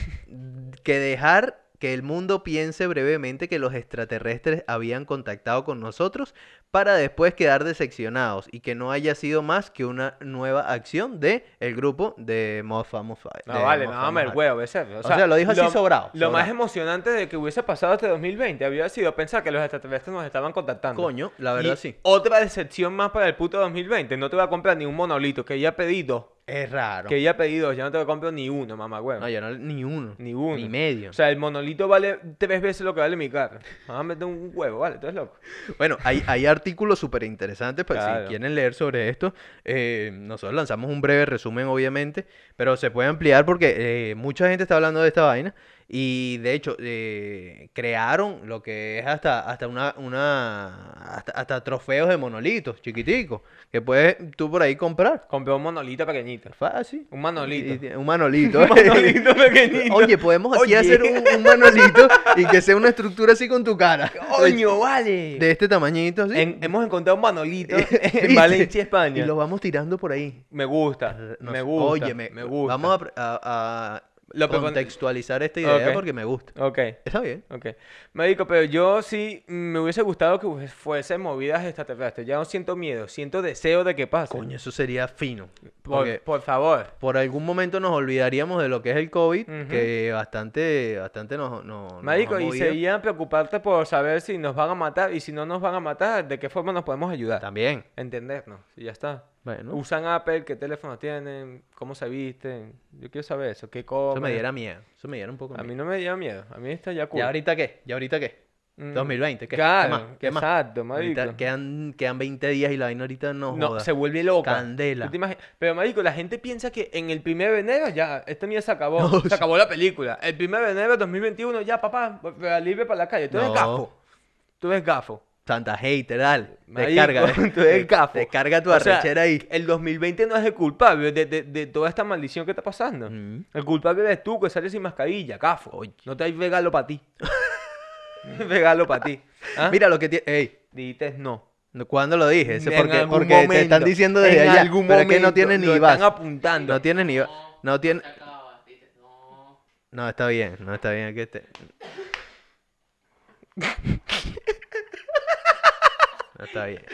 [SPEAKER 4] que dejar que el mundo piense brevemente que los extraterrestres habían contactado con nosotros para después quedar decepcionados y que no haya sido más que una nueva acción de el grupo de Mofa Mofa.
[SPEAKER 1] No, vale, no, me el huevo, becerro.
[SPEAKER 4] O sea, lo dijo así sobrado,
[SPEAKER 1] Lo más
[SPEAKER 4] sobrado.
[SPEAKER 1] emocionante de que hubiese pasado este 2020 había sido pensar que los extraterrestres nos estaban contactando.
[SPEAKER 4] Coño, la verdad
[SPEAKER 1] Y
[SPEAKER 4] sí.
[SPEAKER 1] Otra decepción más para el puto 2020. No te voy a comprar ni un monolito que ya pedí dos.
[SPEAKER 4] Es raro.
[SPEAKER 1] Que ya pedí dos, ya no te voy a comprar ni uno, mamá, huevo.
[SPEAKER 4] No, yo no, ni uno.
[SPEAKER 1] Ni uno.
[SPEAKER 4] Ni medio.
[SPEAKER 1] O sea, el monolito vale tres veces lo que vale mi carro. Vamos a meter un huevo, vale, tú eres loco.
[SPEAKER 4] Bueno, hay, hay artículos súper interesantes, pero si
[SPEAKER 1] Claro.
[SPEAKER 4] quieren leer sobre esto, eh, nosotros lanzamos un breve resumen, obviamente, pero se puede ampliar porque eh, mucha gente está hablando de esta vaina y de hecho eh, crearon lo que es hasta, hasta una, una hasta, hasta trofeos de monolitos chiquiticos que puedes tú por ahí comprar.
[SPEAKER 1] Compré un monolito pequeñito.
[SPEAKER 4] Fácil.
[SPEAKER 1] Un manolito.
[SPEAKER 4] Y- y- Un manolito.
[SPEAKER 1] Un manolito pequeñito.
[SPEAKER 4] Oye, podemos aquí
[SPEAKER 1] Oye.
[SPEAKER 4] hacer un, un manolito y que sea una estructura así con tu cara.
[SPEAKER 1] ¡Coño, vale!
[SPEAKER 4] De este tamañito, así.
[SPEAKER 1] En- hemos encontrado un manolito en
[SPEAKER 4] ¿Viste?
[SPEAKER 1] Valencia, España.
[SPEAKER 4] Y lo vamos tirando por ahí.
[SPEAKER 1] Me gusta,
[SPEAKER 4] No
[SPEAKER 1] me
[SPEAKER 4] sé.
[SPEAKER 1] gusta,
[SPEAKER 4] Oye,
[SPEAKER 1] me,
[SPEAKER 4] me,
[SPEAKER 1] gusta.
[SPEAKER 4] Vamos a pr- a, a
[SPEAKER 1] Lo propon-
[SPEAKER 4] contextualizar esta idea
[SPEAKER 1] Ok.
[SPEAKER 4] porque me gusta.
[SPEAKER 1] Ok,
[SPEAKER 4] Está bien.
[SPEAKER 1] ok. Marico, pero yo sí mm, me hubiese gustado que fu- fuesen movidas extraterrestres. Ya no siento miedo, siento deseo de que pase.
[SPEAKER 4] Coño, eso sería fino.
[SPEAKER 1] por,
[SPEAKER 4] Porque
[SPEAKER 1] por favor.
[SPEAKER 4] por algún momento nos olvidaríamos de lo que es el COVID,
[SPEAKER 1] Ujú.
[SPEAKER 4] que bastante, bastante nos, nos, nos
[SPEAKER 1] Marico,
[SPEAKER 4] ha
[SPEAKER 1] y
[SPEAKER 4] movido.
[SPEAKER 1] seguían preocuparte por saber si nos van a matar y si no nos van a matar, de qué forma nos podemos ayudar.
[SPEAKER 4] También.
[SPEAKER 1] Entendernos, y ya está.
[SPEAKER 4] Bueno,
[SPEAKER 1] Usan Apple, qué teléfonos tienen, cómo se visten. Yo quiero saber eso, qué
[SPEAKER 4] eso me
[SPEAKER 1] comen.
[SPEAKER 4] diera miedo. Eso me diera un poco
[SPEAKER 1] A mí
[SPEAKER 4] miedo.
[SPEAKER 1] no me dio miedo, a mí está ya cool.
[SPEAKER 4] ¿Y ahorita qué? ¿Y ahorita qué?
[SPEAKER 1] Mm.
[SPEAKER 4] 2020, ¿qué?
[SPEAKER 1] Claro,
[SPEAKER 4] ¿Qué más? ¿Qué más?
[SPEAKER 1] exacto,
[SPEAKER 4] Ahorita
[SPEAKER 1] marico.
[SPEAKER 4] quedan, quedan 20 días y la vaina ahorita no,
[SPEAKER 1] No,
[SPEAKER 4] joda.
[SPEAKER 1] se vuelve loca.
[SPEAKER 4] Candela.
[SPEAKER 1] ¿Tú te imaginas? Pero, marico, la gente piensa que en el primer de enero ya, esta mierda se acabó.
[SPEAKER 4] No, sí.
[SPEAKER 1] se acabó la película. El primer de enero de 2021, ya, papá, va- libre para la calle. Tú eres
[SPEAKER 4] No.
[SPEAKER 1] gafo. Tú eres gafo.
[SPEAKER 4] Santa hater, dale.
[SPEAKER 1] Marico,
[SPEAKER 4] Descarga.
[SPEAKER 1] tú eres gafo.
[SPEAKER 4] Descarga tu
[SPEAKER 1] O sea,
[SPEAKER 4] arrechera ahí.
[SPEAKER 1] El 2020 no es el culpable de, de- de toda esta maldición que está pasando.
[SPEAKER 4] Mm.
[SPEAKER 1] El culpable eres tú que sales sin mascarilla, gafo. No te hay regalo para ti. regalo para ti. ¿Ah?
[SPEAKER 4] Mira lo que tiene. Ey,
[SPEAKER 1] Dijiste no.
[SPEAKER 4] no, ¿cuándo lo dije? Ese
[SPEAKER 1] En
[SPEAKER 4] Porque,
[SPEAKER 1] algún
[SPEAKER 4] porque te están
[SPEAKER 1] momento,
[SPEAKER 4] diciendo desde
[SPEAKER 1] en
[SPEAKER 4] allá.
[SPEAKER 1] algún
[SPEAKER 4] pero es que no
[SPEAKER 1] momento,
[SPEAKER 4] tiene
[SPEAKER 1] lo
[SPEAKER 4] ni
[SPEAKER 1] están
[SPEAKER 4] vas.
[SPEAKER 1] apuntando.
[SPEAKER 4] No tiene ni vas. No tiene.
[SPEAKER 5] Se acaba, dices, no.
[SPEAKER 4] No, está bien. No está bien que te. No está bien.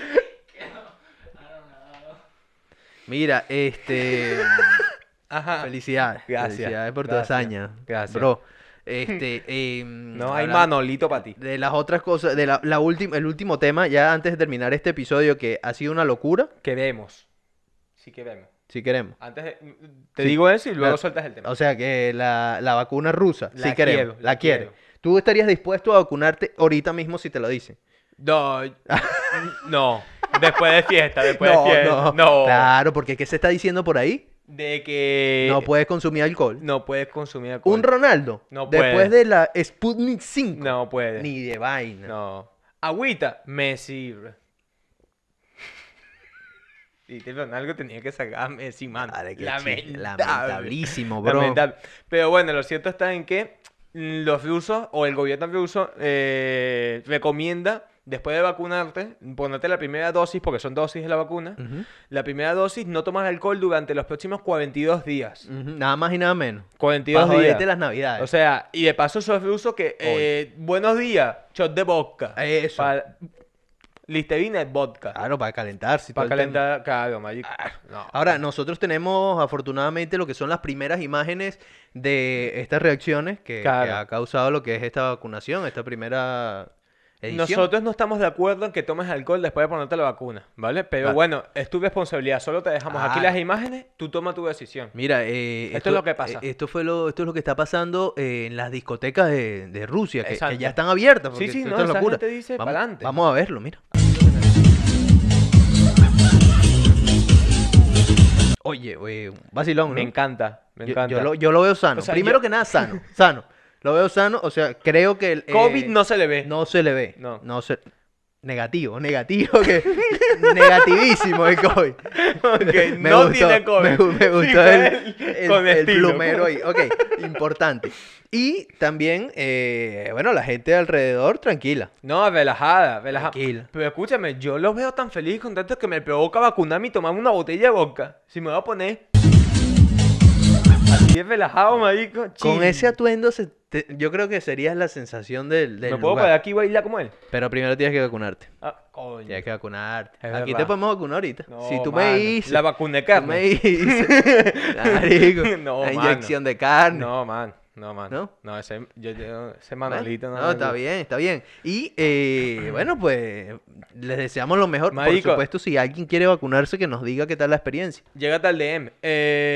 [SPEAKER 4] Mira, este.
[SPEAKER 1] Ajá.
[SPEAKER 4] Felicidades.
[SPEAKER 1] Ah, Gracias,
[SPEAKER 4] Felicidades por tu
[SPEAKER 1] gracias,
[SPEAKER 4] hazaña.
[SPEAKER 1] gracias.
[SPEAKER 4] Bro. Este. eh,
[SPEAKER 1] No hay
[SPEAKER 4] hablando-
[SPEAKER 1] manolito para ti.
[SPEAKER 4] De las otras cosas, de la, la última, el último tema, ya antes de terminar este episodio, que ha sido una locura,
[SPEAKER 1] Queremos. Sí queremos.
[SPEAKER 4] si queremos.
[SPEAKER 1] Antes de- te digo eso y luego
[SPEAKER 4] Claro.
[SPEAKER 1] sueltas el tema.
[SPEAKER 4] O sea, que la, la vacuna rusa,
[SPEAKER 1] La
[SPEAKER 4] si queremos,
[SPEAKER 1] quiero,
[SPEAKER 4] la,
[SPEAKER 1] la
[SPEAKER 4] quiere.
[SPEAKER 1] quiero.
[SPEAKER 4] ¿Tú estarías dispuesto a vacunarte ahorita mismo si te lo dicen?
[SPEAKER 1] No, no. Después de fiesta, después de fiesta. pues, No.
[SPEAKER 4] Claro, porque ¿qué se está diciendo por ahí?
[SPEAKER 1] De que
[SPEAKER 4] no puedes consumir alcohol.
[SPEAKER 1] Eh, no puedes consumir alcohol.
[SPEAKER 4] Un Ronaldo,
[SPEAKER 1] No
[SPEAKER 4] después
[SPEAKER 1] puede.
[SPEAKER 4] de la Sputnik 5,
[SPEAKER 1] No puedes.
[SPEAKER 4] ni de vaina.
[SPEAKER 1] No. Agüita, Messi. bro. Y te algo tenía que sacar a Messi, mano.
[SPEAKER 4] Madre, qué
[SPEAKER 1] Lamentable.
[SPEAKER 4] chiste, Lamentablísimo, bro.
[SPEAKER 1] Lamentable. Pero bueno, lo cierto está en que los rusos o el gobierno ruso eh, recomienda, después de vacunarte, ponerte la primera dosis, porque son dosis de la vacuna,
[SPEAKER 4] Ujú,
[SPEAKER 1] la primera dosis, no tomar alcohol durante los próximos 42 días.
[SPEAKER 4] ujú, Nada más y nada menos.
[SPEAKER 1] 42
[SPEAKER 4] Pa'
[SPEAKER 1] días.
[SPEAKER 4] joderte las navidades.
[SPEAKER 1] O sea, y de paso sos ruso que... eh, buenos días, shot de vodka.
[SPEAKER 4] Eso.
[SPEAKER 1] Pa- Listevina es vodka.
[SPEAKER 4] Claro, para calentarse. y
[SPEAKER 1] para
[SPEAKER 4] todo el tema. Ah,
[SPEAKER 1] calentar... Claro, marico. Ah, No.
[SPEAKER 4] Ahora, nosotros tenemos afortunadamente lo que son las primeras imágenes de estas reacciones que, que
[SPEAKER 1] Claro.
[SPEAKER 4] ha causado lo que es esta vacunación, esta primera edición.
[SPEAKER 1] Nosotros no estamos de acuerdo en que tomes alcohol después de ponerte la vacuna, ¿vale? Pero
[SPEAKER 4] Claro.
[SPEAKER 1] bueno, es tu responsabilidad. Solo te dejamos aquí
[SPEAKER 4] Claro.
[SPEAKER 1] las imágenes, tú toma tu decisión.
[SPEAKER 4] Mira, eh,
[SPEAKER 1] Esto es lo que pasa.
[SPEAKER 4] eh, Esto, fue lo, esto es lo que está pasando eh, en las discotecas de, de Rusia, que- que,
[SPEAKER 1] Exacto.
[SPEAKER 4] ya están abiertas.
[SPEAKER 1] Sí,
[SPEAKER 4] porque
[SPEAKER 1] sí,
[SPEAKER 4] esto
[SPEAKER 1] no,
[SPEAKER 4] es
[SPEAKER 1] esa
[SPEAKER 4] locura.
[SPEAKER 1] gente dice,
[SPEAKER 4] vamos,
[SPEAKER 1] "Pa'lante".
[SPEAKER 4] vamos a verlo, mira. Oye, oye, un vacilón,
[SPEAKER 1] Me
[SPEAKER 4] ¿no?
[SPEAKER 1] encanta, me
[SPEAKER 4] Yo-
[SPEAKER 1] encanta. Eh,
[SPEAKER 4] Yo, lo, yo lo veo sano.
[SPEAKER 1] O sea,
[SPEAKER 4] Primero
[SPEAKER 1] yo-
[SPEAKER 4] que nada, sano. Sano. Lo veo sano. O sea, creo que el. eh,
[SPEAKER 1] COVID no se le ve.
[SPEAKER 4] no se le ve. No.
[SPEAKER 1] No.
[SPEAKER 4] se... Negativo, negativo. Que... Negativísimo el COVID.
[SPEAKER 1] Ok,
[SPEAKER 4] Me
[SPEAKER 1] no
[SPEAKER 4] gustó,
[SPEAKER 1] tiene COVID.
[SPEAKER 4] Me, gu- me
[SPEAKER 1] Sí,
[SPEAKER 4] gustó
[SPEAKER 1] fue
[SPEAKER 4] el,
[SPEAKER 1] el-
[SPEAKER 4] el-
[SPEAKER 1] con
[SPEAKER 4] el
[SPEAKER 1] estilo.
[SPEAKER 4] plumero ahí. Ok, importante. Y también, eh, bueno, la gente alrededor tranquila.
[SPEAKER 1] No, relajada, relajada.
[SPEAKER 4] Tranquila.
[SPEAKER 1] Pero escúchame, yo los veo tan feliz y contentos que me provoca vacunarme y tomar una botella de vodka. Si me voy a poner... relajado, marico.
[SPEAKER 4] Con
[SPEAKER 1] chill.
[SPEAKER 4] ese atuendo, se te- yo creo que serías la sensación del, del
[SPEAKER 1] ¿Me puedo
[SPEAKER 4] lugar.
[SPEAKER 1] parar aquí y bailar como él?
[SPEAKER 4] Pero primero tienes que vacunarte.
[SPEAKER 1] Ah, coño.
[SPEAKER 4] Tienes que vacunarte.
[SPEAKER 1] Es
[SPEAKER 4] Aquí te
[SPEAKER 1] verdad.
[SPEAKER 4] podemos vacunar ahorita.
[SPEAKER 1] No,
[SPEAKER 4] si tú
[SPEAKER 1] mano.
[SPEAKER 4] me dices.
[SPEAKER 1] La vacuna de
[SPEAKER 4] tú me
[SPEAKER 1] carne.
[SPEAKER 4] dices. marico,
[SPEAKER 1] No,
[SPEAKER 4] la
[SPEAKER 1] mano.
[SPEAKER 4] inyección de carne.
[SPEAKER 1] No, man. No, man.
[SPEAKER 4] ¿No?
[SPEAKER 1] No, ese, yo, yo- ese
[SPEAKER 4] Bueno,
[SPEAKER 1] Manolito no.
[SPEAKER 4] no,
[SPEAKER 1] me
[SPEAKER 4] está
[SPEAKER 1] gusta.
[SPEAKER 4] bien, está bien. Y eh, bueno, pues les deseamos lo mejor.
[SPEAKER 1] Marico.
[SPEAKER 4] Por supuesto, si alguien quiere vacunarse, que nos diga qué tal la experiencia.
[SPEAKER 1] Llega al DM.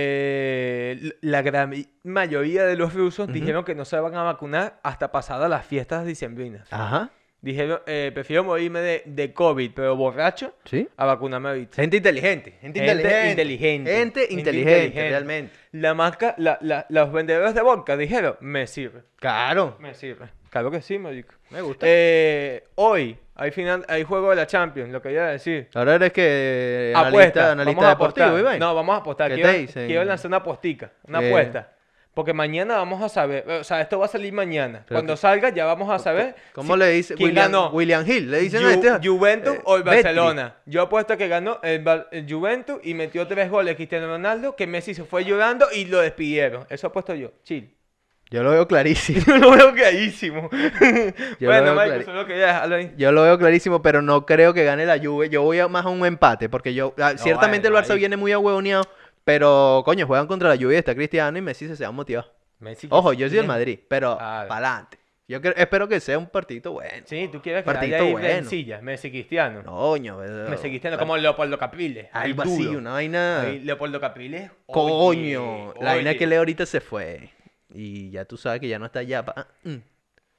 [SPEAKER 1] Eh, l- la gran mi- mayoría de los rusos dijeron que no se van a vacunar hasta pasadas las fiestas diciembrinas.
[SPEAKER 4] Ajá.
[SPEAKER 1] Dijeron, eh, prefiero morirme de, de COVID, pero borracho,
[SPEAKER 4] Sí.
[SPEAKER 1] a vacunarme ahorita.
[SPEAKER 4] Gente inteligente,
[SPEAKER 1] Gente
[SPEAKER 4] gente, inteligente.
[SPEAKER 1] inteligente,
[SPEAKER 4] Gente
[SPEAKER 1] gente
[SPEAKER 4] inteligente,
[SPEAKER 1] inteligente.
[SPEAKER 4] realmente.
[SPEAKER 1] La marca, la, la- los vendedores de vodka dijeron, me sirve,
[SPEAKER 4] Claro.
[SPEAKER 1] me sirve. Claro que sí, marico.
[SPEAKER 4] Me gusta.
[SPEAKER 1] Eh, hoy hay, final, hay juego de la Champions, lo que iba a decir.
[SPEAKER 4] Ahora eres que Eh, analista,
[SPEAKER 1] apuesta,
[SPEAKER 4] analista
[SPEAKER 1] vamos a
[SPEAKER 4] deportivo,
[SPEAKER 1] apostar.
[SPEAKER 4] Iván.
[SPEAKER 1] No, vamos a apostar.
[SPEAKER 4] ¿Qué
[SPEAKER 1] Quiero,
[SPEAKER 4] te dicen?
[SPEAKER 1] quiero lanzar una apostica, una
[SPEAKER 4] Eh.
[SPEAKER 1] apuesta. Porque mañana vamos a saber, o sea, esto va a salir mañana.
[SPEAKER 4] Pero
[SPEAKER 1] Cuando
[SPEAKER 4] que-
[SPEAKER 1] salga ya vamos a saber
[SPEAKER 4] ¿Cómo
[SPEAKER 1] si-
[SPEAKER 4] le dice
[SPEAKER 1] quién
[SPEAKER 4] William,
[SPEAKER 1] ganó.
[SPEAKER 4] William Hill? ¿Le dicen
[SPEAKER 1] Ju-
[SPEAKER 4] a este?
[SPEAKER 1] Juventus
[SPEAKER 4] eh,
[SPEAKER 1] o el
[SPEAKER 4] Betcris.
[SPEAKER 1] Barcelona. Yo apuesto que ganó el, Bar- el Juventus y metió tres goles Cristiano Ronaldo, que Messi se fue llorando y lo despidieron. Eso apuesto yo. Chill.
[SPEAKER 4] Yo lo veo clarísimo.
[SPEAKER 1] Yo lo veo clarísimo.
[SPEAKER 4] Yo
[SPEAKER 1] bueno,
[SPEAKER 4] lo veo
[SPEAKER 1] Michael,
[SPEAKER 4] clari-
[SPEAKER 1] solo quería dejarlo ahí.
[SPEAKER 4] Yo lo veo clarísimo, pero no creo que gane la Juve. Yo voy a- más a un empate, porque yo ah, ciertamente el
[SPEAKER 1] vale,
[SPEAKER 4] Barça
[SPEAKER 1] marico.
[SPEAKER 4] viene muy ahueoneado, pero coño, juegan contra la Juve y está Cristiano y Messi se va motivado.
[SPEAKER 1] Messi,
[SPEAKER 4] Ojo, yo
[SPEAKER 1] ¿quién
[SPEAKER 4] soy del
[SPEAKER 1] es?
[SPEAKER 4] Madrid, pero
[SPEAKER 1] Claro.
[SPEAKER 4] para adelante. Yo creo- espero que sea un partido bueno.
[SPEAKER 1] Ah, Sí, tú quieres que
[SPEAKER 4] Partidito
[SPEAKER 1] haya ahí
[SPEAKER 4] bueno.
[SPEAKER 1] rencillas, Messi Cristiano.
[SPEAKER 4] No, Coño, pero-
[SPEAKER 1] Messi Cristiano, como Leopoldo Capriles.
[SPEAKER 4] algo
[SPEAKER 1] el
[SPEAKER 4] así,
[SPEAKER 1] duro.
[SPEAKER 4] una vaina.
[SPEAKER 1] Ahí, Leopoldo Capriles. oye,
[SPEAKER 4] Coño, la vaina
[SPEAKER 1] oye.
[SPEAKER 4] que Leo ahorita se fue. Y ya tú sabes que ya no está allá. pa- mm.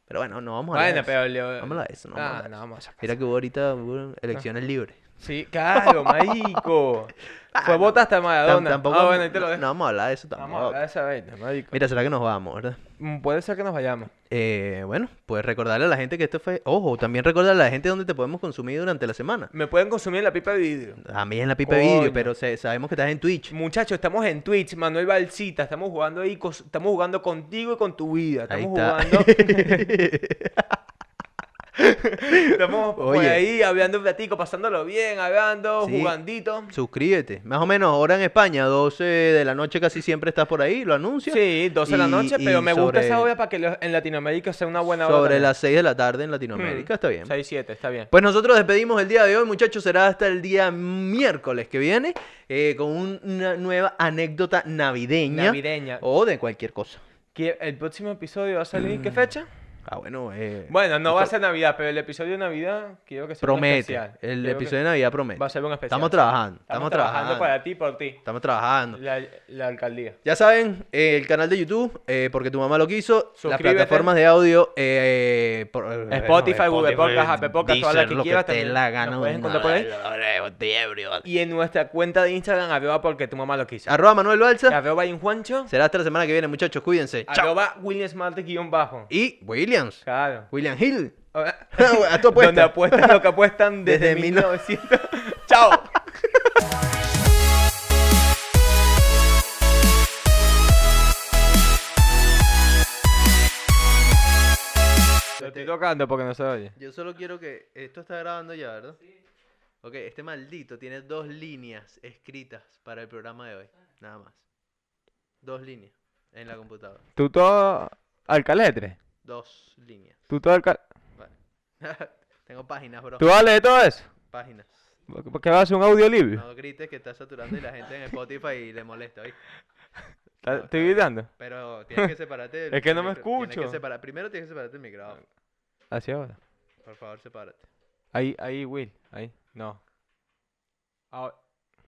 [SPEAKER 4] Pero bueno, no vamos a hablar de
[SPEAKER 1] Bueno,
[SPEAKER 4] eso.
[SPEAKER 1] pero Leo.
[SPEAKER 4] Vamos a hablar de eso, no vamos a
[SPEAKER 1] Ah,
[SPEAKER 4] hablar de
[SPEAKER 1] no, vamos a sacar
[SPEAKER 4] Mira que hubo ahorita hubo elecciones libres.
[SPEAKER 1] Sí, claro, marico. Fue bota hasta Maradona.
[SPEAKER 4] Ah, Tam- tampoco
[SPEAKER 1] ah,
[SPEAKER 4] vamos-
[SPEAKER 1] bueno, ahí te lo
[SPEAKER 4] no-
[SPEAKER 1] dejo.
[SPEAKER 4] No vamos a hablar de eso
[SPEAKER 1] Vamos a
[SPEAKER 4] tampoco.
[SPEAKER 1] hablar de esa vaina, marico.
[SPEAKER 4] Mira, será que nos vamos, ¿verdad?
[SPEAKER 1] Mm, Puede ser que nos vayamos.
[SPEAKER 4] Eh, bueno, pues recordarle a la gente que esto fue. Ojo, también recordarle a la gente dónde te podemos consumir durante la semana.
[SPEAKER 1] Me pueden consumir en la pipa de vidrio.
[SPEAKER 4] También en la pipa de vídeo,
[SPEAKER 1] Coño.
[SPEAKER 4] pero se- sabemos que estás en Twitch.
[SPEAKER 1] Muchachos, estamos en Twitch, Manuel Balsita, estamos jugando ahí, cos- estamos jugando contigo y con tu vida.
[SPEAKER 4] Ahí
[SPEAKER 1] Estamos
[SPEAKER 4] está.
[SPEAKER 1] jugando, estamos por
[SPEAKER 4] Oye.
[SPEAKER 1] ahí hablando un platico, pasándolo bien, hablando,
[SPEAKER 4] Sí.
[SPEAKER 1] jugandito.
[SPEAKER 4] Suscríbete. Más o menos, ahora en España, 12 de la noche casi siempre estás por ahí, lo anuncias.
[SPEAKER 1] Sí, 12 de la
[SPEAKER 4] Y-
[SPEAKER 1] noche,
[SPEAKER 4] y
[SPEAKER 1] pero me gusta esa
[SPEAKER 4] sobre-
[SPEAKER 1] hora para que los- en Latinoamérica sea una buena hora.
[SPEAKER 4] Sobre
[SPEAKER 1] también. Mm,
[SPEAKER 4] las 6 de la tarde en Latinoamérica, está bien.
[SPEAKER 1] 6, 7, está bien.
[SPEAKER 4] Pues nosotros despedimos el día de hoy, muchachos. Será hasta el día miércoles que viene eh, con un- una nueva anécdota navideña,
[SPEAKER 1] Navideña.
[SPEAKER 4] o de cualquier cosa.
[SPEAKER 1] ¿Qué- ¿El próximo episodio va a salir qué fecha?
[SPEAKER 4] Ah, bueno, eh,
[SPEAKER 1] Bueno, no va a ser Navidad, pero el episodio de Navidad quiero que sea un
[SPEAKER 4] promete.
[SPEAKER 1] especial.
[SPEAKER 4] El
[SPEAKER 1] Quiero que-
[SPEAKER 4] episodio de Navidad promete.
[SPEAKER 1] Va a ser un especial.
[SPEAKER 4] Estamos
[SPEAKER 1] sí.
[SPEAKER 4] trabajando, estamos trabajando.
[SPEAKER 1] para ti, y por ti.
[SPEAKER 4] Estamos trabajando.
[SPEAKER 1] La, la alcaldía.
[SPEAKER 4] Ya saben, eh, el canal de YouTube, eh, porque tu mamá lo quiso, las
[SPEAKER 1] Suscríbete.
[SPEAKER 4] plataformas de audio, eh, por- eh,
[SPEAKER 1] Spotify,
[SPEAKER 4] no,
[SPEAKER 1] Google Podcast, Apple Podcast, todas las
[SPEAKER 4] Deezer,
[SPEAKER 1] que
[SPEAKER 4] lo
[SPEAKER 1] quieras
[SPEAKER 4] te dé
[SPEAKER 1] también
[SPEAKER 4] la
[SPEAKER 1] nos
[SPEAKER 4] gana.
[SPEAKER 1] puedes
[SPEAKER 4] una
[SPEAKER 1] encontrar por ahí.
[SPEAKER 4] vez, la verdad, estoy ebrio.
[SPEAKER 1] Y en nuestra cuenta de Instagram, arroba porque tu mamá lo quiso.
[SPEAKER 4] Arroba Manuel Balsa.
[SPEAKER 1] Arroba Injuancho.
[SPEAKER 4] Será hasta la semana que viene, muchachos. Cuídense. Chao.
[SPEAKER 1] Arroba William Smarte guión bajo.
[SPEAKER 4] Y Williams.
[SPEAKER 1] Claro.
[SPEAKER 4] William Hill.
[SPEAKER 1] Ahora-
[SPEAKER 4] A tu apuesta.
[SPEAKER 1] Donde apuestan lo que apuestan desde,
[SPEAKER 4] Desde mil no-
[SPEAKER 1] 1900. Chao. Lo estoy tocando porque no se oye.
[SPEAKER 4] Yo solo quiero que. Esto está grabando ya, ¿verdad? Sí. Ok, este maldito tiene dos líneas escritas para el programa de hoy. Nada más. Dos líneas en la computadora.
[SPEAKER 1] ¿Tú todo alcaletre?
[SPEAKER 4] Dos líneas.
[SPEAKER 1] ¿Tú todo alcaletre?
[SPEAKER 4] Vale. Tengo páginas, bro.
[SPEAKER 1] ¿Tú vas a leer todo eso?
[SPEAKER 4] Páginas.
[SPEAKER 1] ¿Por qué vas a hacer un audiolibro?
[SPEAKER 4] No grites que estás saturando y la gente en Spotify y le molesta, ¿oíste?
[SPEAKER 1] ¿Estás- ¿Estoy gritando?
[SPEAKER 4] Pero tienes que separarte del
[SPEAKER 1] Es que no me
[SPEAKER 4] micro- tienes que
[SPEAKER 1] escucho.
[SPEAKER 4] separar- Primero tienes que separarte del micrófono.
[SPEAKER 1] Así ahora.
[SPEAKER 4] Por favor, sepárate.
[SPEAKER 1] Ahí, ahí, Will. Ahí. No. Ahora.